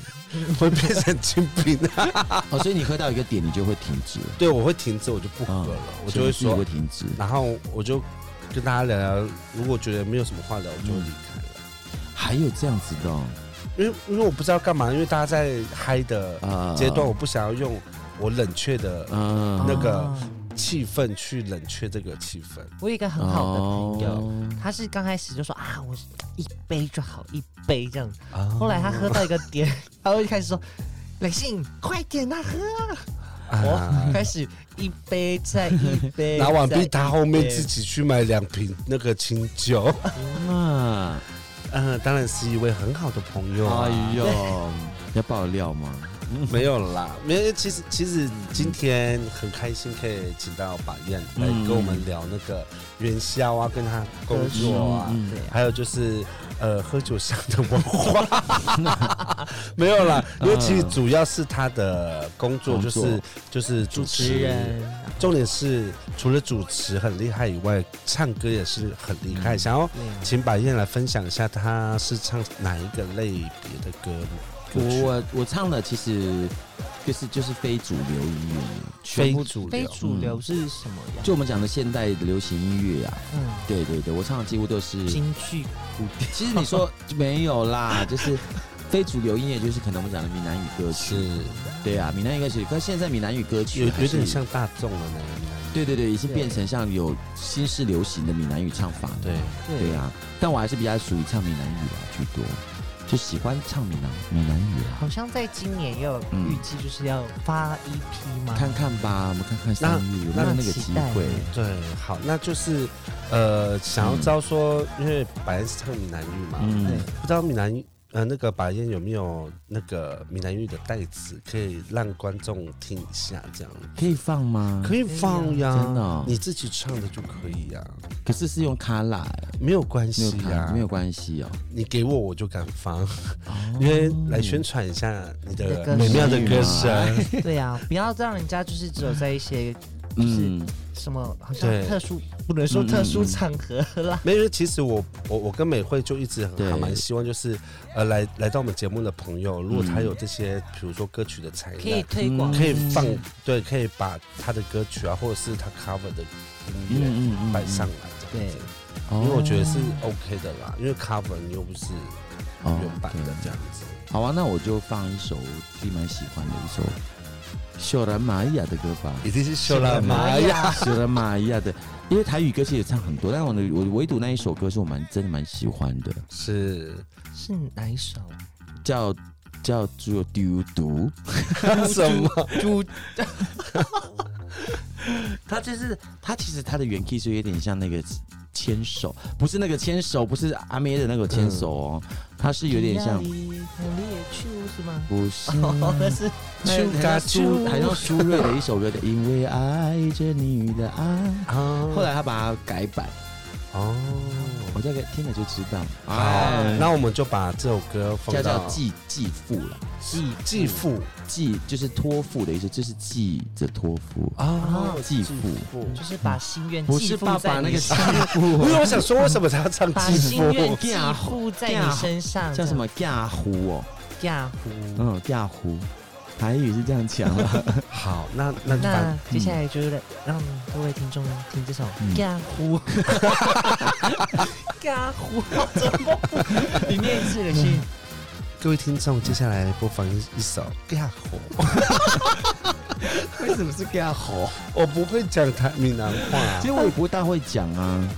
[SPEAKER 2] 会变成精品 的。
[SPEAKER 3] 哦，所以你喝到一个点，你就会停止，
[SPEAKER 2] 对，我会停止，我就不喝了，我就会
[SPEAKER 3] 嗯所以你
[SPEAKER 2] 说
[SPEAKER 3] 会，停止。
[SPEAKER 2] 然后我就跟大家聊聊，如果觉得没有什么话聊，我就
[SPEAKER 3] 嗯
[SPEAKER 2] 会离开了。
[SPEAKER 3] 还有这样子的哦
[SPEAKER 2] 因为因为我不知道干嘛，因为大家在嗨的
[SPEAKER 3] 啊
[SPEAKER 2] 阶段，我不想要用我冷却的
[SPEAKER 3] 啊
[SPEAKER 2] 那个
[SPEAKER 1] 哦
[SPEAKER 2] 气氛去冷却这个气氛。
[SPEAKER 1] 我有一个很好的朋友，
[SPEAKER 3] 哦
[SPEAKER 1] 他是刚开始就说啊，我一杯就好，一杯这样子。
[SPEAKER 2] 啊
[SPEAKER 1] 后来他喝到一个点， 他会开始说：“磊信，快点啊，喝啊！”我开始一杯再一杯，
[SPEAKER 2] 啊 拿完
[SPEAKER 1] 再一
[SPEAKER 2] 毕，他后面
[SPEAKER 1] 杯
[SPEAKER 2] 自己去买两瓶那个清酒。
[SPEAKER 3] 啊，
[SPEAKER 2] 嗯，当然是一位很好的朋友、啊。
[SPEAKER 3] 哎呦，要爆料吗？
[SPEAKER 2] 没有啦，没有。其实其实今天很开心可以请到把燕来
[SPEAKER 3] 嗯
[SPEAKER 2] 跟我们聊那个元宵啊，跟他工作啊，
[SPEAKER 3] 嗯
[SPEAKER 1] 对啊，
[SPEAKER 2] 还有就是呃喝酒上的文化。 没有啦，因为其实主要是他的工作就
[SPEAKER 3] 工
[SPEAKER 2] 是
[SPEAKER 3] 作
[SPEAKER 2] 就是主
[SPEAKER 1] 主持人，然后
[SPEAKER 2] 重点是除了主持很厉害以外，唱歌也是很厉害。想要
[SPEAKER 1] 对啊
[SPEAKER 2] 请百燕来分享一下，她是唱哪一个类别的歌？歌曲
[SPEAKER 3] 我我唱的其实就是就是非主流音乐，
[SPEAKER 2] 非
[SPEAKER 3] 全部
[SPEAKER 2] 主
[SPEAKER 1] 非
[SPEAKER 2] 流。
[SPEAKER 1] 主流是什么呀？
[SPEAKER 3] 就我们讲的现代流行音乐啊，
[SPEAKER 1] 嗯，
[SPEAKER 3] 对对对，我唱的几乎都是。
[SPEAKER 1] 京剧古典，
[SPEAKER 3] 其实你说没有啦， 就是非主流音乐，就是可能我们讲的闽南语歌曲。
[SPEAKER 2] 是
[SPEAKER 3] 对啊，闽南语歌曲，可是现在闽南语歌曲
[SPEAKER 2] 有
[SPEAKER 3] 还
[SPEAKER 2] 有
[SPEAKER 3] 是
[SPEAKER 2] 点像大众了呢。
[SPEAKER 3] 对对对，已经
[SPEAKER 1] 对
[SPEAKER 3] 变成像有新式流行的闽南语唱法了。
[SPEAKER 2] 对，
[SPEAKER 3] 对啊，但我还是比较属于唱闽南语啊居多，就喜欢唱闽南闽南语啊。
[SPEAKER 1] 好像在今年也有
[SPEAKER 3] 嗯
[SPEAKER 1] 预计，就是要发一批
[SPEAKER 2] 啊
[SPEAKER 1] 嘛。
[SPEAKER 3] 看看吧，我们看看三月有没有那个机
[SPEAKER 1] 那期
[SPEAKER 3] 会
[SPEAKER 1] 待。
[SPEAKER 2] 对，好，那就是呃，想要知道说，因为百燕是唱闽南语嘛，
[SPEAKER 3] 嗯
[SPEAKER 1] 对，
[SPEAKER 2] 不知道闽南语呃那个百燕有没有那个闽南语的代词，可以让观众听一下这样。
[SPEAKER 3] 可以放吗？
[SPEAKER 2] 可
[SPEAKER 3] 以，
[SPEAKER 2] 以放呀，
[SPEAKER 3] 嗯真的哦
[SPEAKER 2] 你自己唱的就可以呀、
[SPEAKER 3] 可是是用卡拉、
[SPEAKER 2] 没有关
[SPEAKER 3] 没有
[SPEAKER 2] 系
[SPEAKER 3] 卡、
[SPEAKER 2] 呀、
[SPEAKER 3] 没有哦关系哦。
[SPEAKER 2] 你给我我就敢放，哦因为来宣传一下你
[SPEAKER 1] 你
[SPEAKER 2] 的
[SPEAKER 1] 的歌
[SPEAKER 2] 美妙的歌
[SPEAKER 3] 声
[SPEAKER 2] 声，
[SPEAKER 1] 对啊，不要让人家就是只有在一些
[SPEAKER 3] 嗯，
[SPEAKER 1] 什么好像
[SPEAKER 2] 对
[SPEAKER 1] 特殊，不能说
[SPEAKER 3] 嗯嗯
[SPEAKER 1] 特殊
[SPEAKER 3] 嗯
[SPEAKER 1] 场合啦。
[SPEAKER 2] 没有，因为其实我我我跟美惠就一直
[SPEAKER 3] 对
[SPEAKER 2] 很还蛮希望，就是呃来来到我们节目的朋友，如果他有这些，比如说歌曲的才
[SPEAKER 1] 可以
[SPEAKER 2] 能，
[SPEAKER 1] 推广，
[SPEAKER 3] 嗯
[SPEAKER 2] 可以放对，可以把他的歌曲啊，或者是他 cover 的音乐
[SPEAKER 3] 嗯哦嗯
[SPEAKER 2] 摆上来这样子，
[SPEAKER 3] 因
[SPEAKER 2] 因为我觉得是 OK 的啦，因为 cover 你又不是原版的这样子。
[SPEAKER 3] 哦好啊，那我就放一首我自己蛮喜欢的一首秀兰玛雅的歌 吧。
[SPEAKER 2] 一定是秀了
[SPEAKER 3] 哎
[SPEAKER 2] 玛雅，
[SPEAKER 1] 呀，
[SPEAKER 3] 秀兰玛雅的，因为台语歌其实也唱很多，但我的我唯独那一首歌是我蛮真的蛮喜欢的，
[SPEAKER 2] 是
[SPEAKER 1] 是哪一首？
[SPEAKER 3] 叫叫做丢毒。
[SPEAKER 2] 什么？
[SPEAKER 1] 猪
[SPEAKER 3] 它就是它其实它的原 key 是有点像那个牵手，不是那个牵手，不是阿妹的那个牵手哦，它是有点像，
[SPEAKER 1] 很烈酒是吗？
[SPEAKER 3] 不是。
[SPEAKER 1] 哦， 是
[SPEAKER 3] 很像苏，很像苏芮的一首歌的，因为爱着你的爱。
[SPEAKER 2] 啊
[SPEAKER 3] 后来他把它改版，
[SPEAKER 2] 哦，
[SPEAKER 3] 我这个听了就知道。
[SPEAKER 2] 好
[SPEAKER 3] 哎，，
[SPEAKER 2] 那我们就把这首歌放
[SPEAKER 3] 叫
[SPEAKER 2] 到
[SPEAKER 3] 叫继继嗯父了，
[SPEAKER 2] 继继父
[SPEAKER 3] 继就是托付的意思，就是继着托付。
[SPEAKER 2] 啊
[SPEAKER 3] 继父
[SPEAKER 1] 就是把心愿
[SPEAKER 3] 不
[SPEAKER 1] 寄
[SPEAKER 3] 是
[SPEAKER 1] 附
[SPEAKER 3] 爸
[SPEAKER 1] 在
[SPEAKER 3] 爸那
[SPEAKER 1] 你
[SPEAKER 3] 个
[SPEAKER 1] 身
[SPEAKER 3] 继
[SPEAKER 1] 上，
[SPEAKER 2] 不
[SPEAKER 3] 父，
[SPEAKER 2] 是，我想说为什么他要唱
[SPEAKER 1] 把
[SPEAKER 2] 继
[SPEAKER 1] 心愿
[SPEAKER 2] 父？
[SPEAKER 1] 寄附在你身上，
[SPEAKER 3] 叫什么嫁呼哦，
[SPEAKER 1] 嫁夫？
[SPEAKER 3] 嗯，嫁呼，台语是这样讲啦。
[SPEAKER 2] 好，那那就
[SPEAKER 1] 那
[SPEAKER 2] 把
[SPEAKER 1] 接下来就是让各位听众听这首
[SPEAKER 3] 嗯
[SPEAKER 1] 《嫁 呼》，嫁呼，怎么不？你念一次，可
[SPEAKER 3] 嗯
[SPEAKER 1] 惜。
[SPEAKER 2] 各位听众，接下来播放一一首《嫁火》，
[SPEAKER 3] 为什么是嫁呼？
[SPEAKER 2] 我不会讲台闽南
[SPEAKER 3] 其
[SPEAKER 2] 话，
[SPEAKER 3] 实我也不大会讲啊。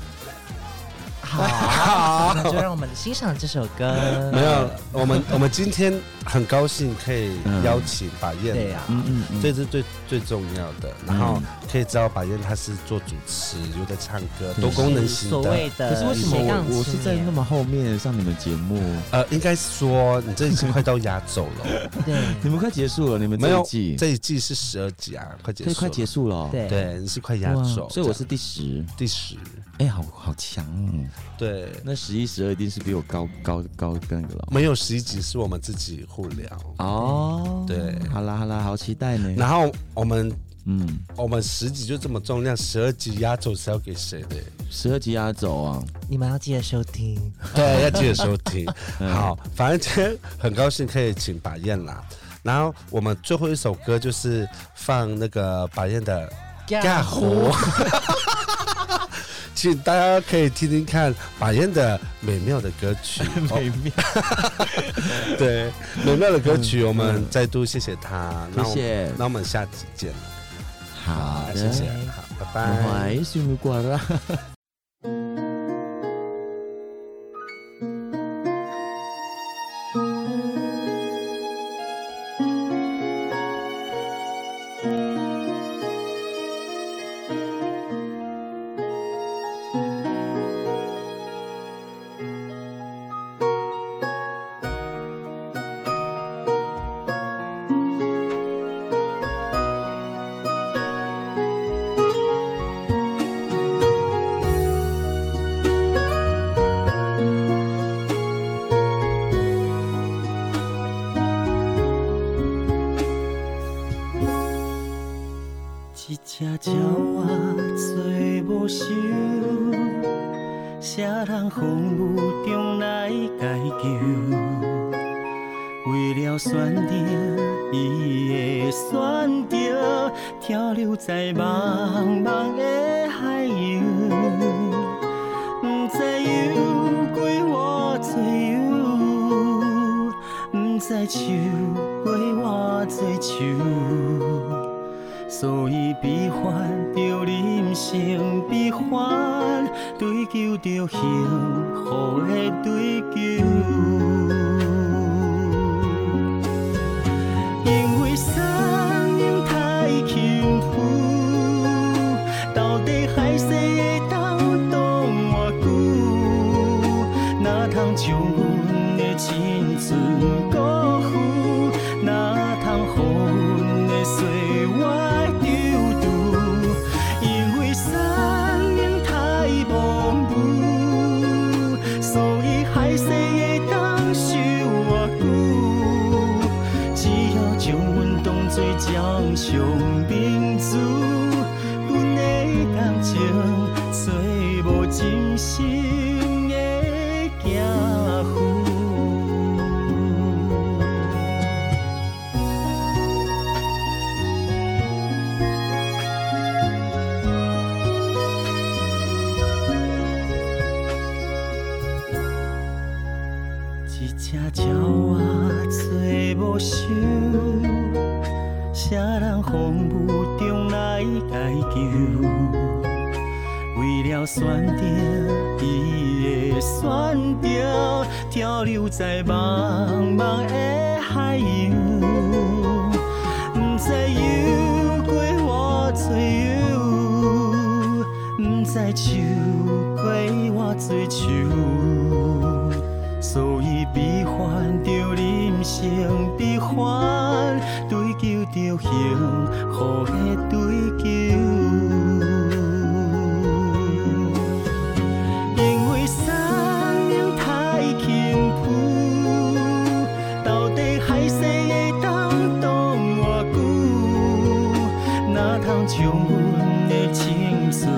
[SPEAKER 1] 好，那就让我们欣赏这首歌。
[SPEAKER 2] 没有，我们我们今天很高兴可以邀请把
[SPEAKER 1] 对啊
[SPEAKER 2] 燕来
[SPEAKER 1] 呀、
[SPEAKER 3] 嗯嗯嗯，
[SPEAKER 2] 这是最最重要的。然后可以知道，白燕她是做主持，又在唱歌，
[SPEAKER 3] 对
[SPEAKER 2] 多功能型
[SPEAKER 1] 所
[SPEAKER 2] 的。
[SPEAKER 1] 谓的
[SPEAKER 3] 可是为什么
[SPEAKER 1] 斜杠
[SPEAKER 3] 我我
[SPEAKER 1] 青
[SPEAKER 3] 是在
[SPEAKER 1] 年
[SPEAKER 3] 那么后面上你们节目？
[SPEAKER 2] 呃，应该说你这已经快到压轴了，
[SPEAKER 3] 你
[SPEAKER 1] 对
[SPEAKER 3] 们快结束了，你们
[SPEAKER 2] 没
[SPEAKER 3] 这一
[SPEAKER 2] 有
[SPEAKER 3] 季，
[SPEAKER 2] 这一季是十二集啊，快结束
[SPEAKER 3] 所以
[SPEAKER 2] 了，
[SPEAKER 3] 快结束了哦。
[SPEAKER 1] 对
[SPEAKER 2] 对，你是快压
[SPEAKER 3] 哇
[SPEAKER 2] 轴，
[SPEAKER 3] 所以我是第十。
[SPEAKER 2] 第十，
[SPEAKER 3] 哎，好好强哦！
[SPEAKER 2] 对，
[SPEAKER 3] 那十一、十二一定是比我高高高跟那个了。
[SPEAKER 2] 没有十一集是我们自己互聊，
[SPEAKER 3] 哦，
[SPEAKER 2] 对
[SPEAKER 3] 好啦好啦，好期待呢。
[SPEAKER 2] 然后我们
[SPEAKER 3] 嗯，
[SPEAKER 2] 我们十集就这么重量，十二集压轴是要给谁的？
[SPEAKER 3] 十二集压轴啊，
[SPEAKER 1] 你们要记得收听。
[SPEAKER 2] 对，要记得收 听。
[SPEAKER 3] 嗯
[SPEAKER 2] 好，反正今天很高兴可以请把燕啦。然后我们最后一首歌就是放那个把燕的《干 活》，请大家可以听听看把燕的 美妙的歌曲。
[SPEAKER 3] 美妙，
[SPEAKER 2] 哦 对，美妙的歌曲，我们再度谢谢他。那我
[SPEAKER 3] 嗯谢
[SPEAKER 2] 们。
[SPEAKER 3] 谢，
[SPEAKER 2] 那我们下集见。
[SPEAKER 3] 好
[SPEAKER 2] 谢
[SPEAKER 3] 的，
[SPEAKER 2] 谢，好，拜
[SPEAKER 3] 不
[SPEAKER 2] 拜。
[SPEAKER 3] 会心如挂啦。
[SPEAKER 5] 一只鸟啊仔做无想，谁人风雨中来解救？为了选择伊的选择，漂流在茫茫的海洋，不知游过偌济游，不知树过偌济树。所以悲欢着人生悲欢，追求着幸福的追求。因为生命太轻浮，到底海誓会当挡偌久？哪通将阮的青春辜负？哪通予阮的岁月丢丢？因为生命太模糊，所以海誓会当守偌久？只要将阮当作掌上明珠，阮的感情做无真心的寄付。一只鸟仔做无想，谁人风雨中来解救？为了选择伊的选择，漂流在茫茫的海洋，不知游过偌济游，不知树过偌济树。所以悲欢着人生悲欢，追求着幸福的追求。因为生命太轻浮，到底海誓会当挡偌久？哪通将阮的青春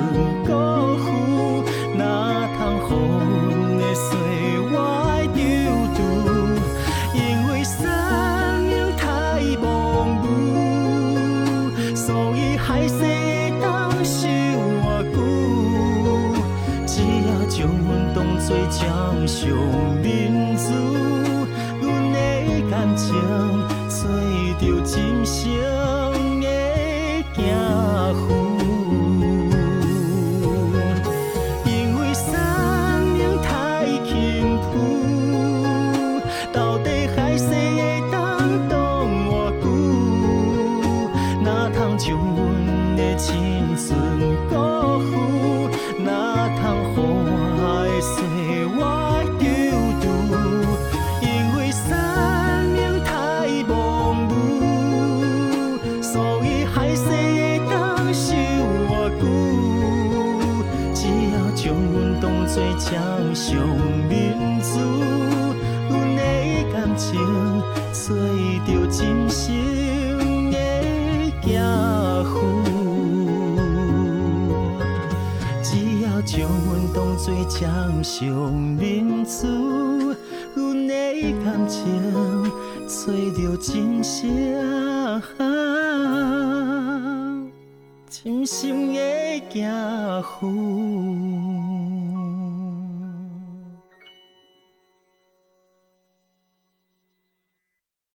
[SPEAKER 5] 辜负？哪通予阮的岁月丢丢？因为生命太模糊，所以海誓会当守偌久？只要将阮当作掌上明珠，阮的感情做着真心的寄付。因为生命太轻浮，到底海誓会当挡偌久？哪通将阮的青春辜负？哪通予我的岁月丢丢？因为生命太模糊，所以海誓会当守偌久？只要将阮当作掌上明珠，阮的感情做着真心的寄付。将阮当作掌上明珠，阮的感情找着真相，真心的寄付。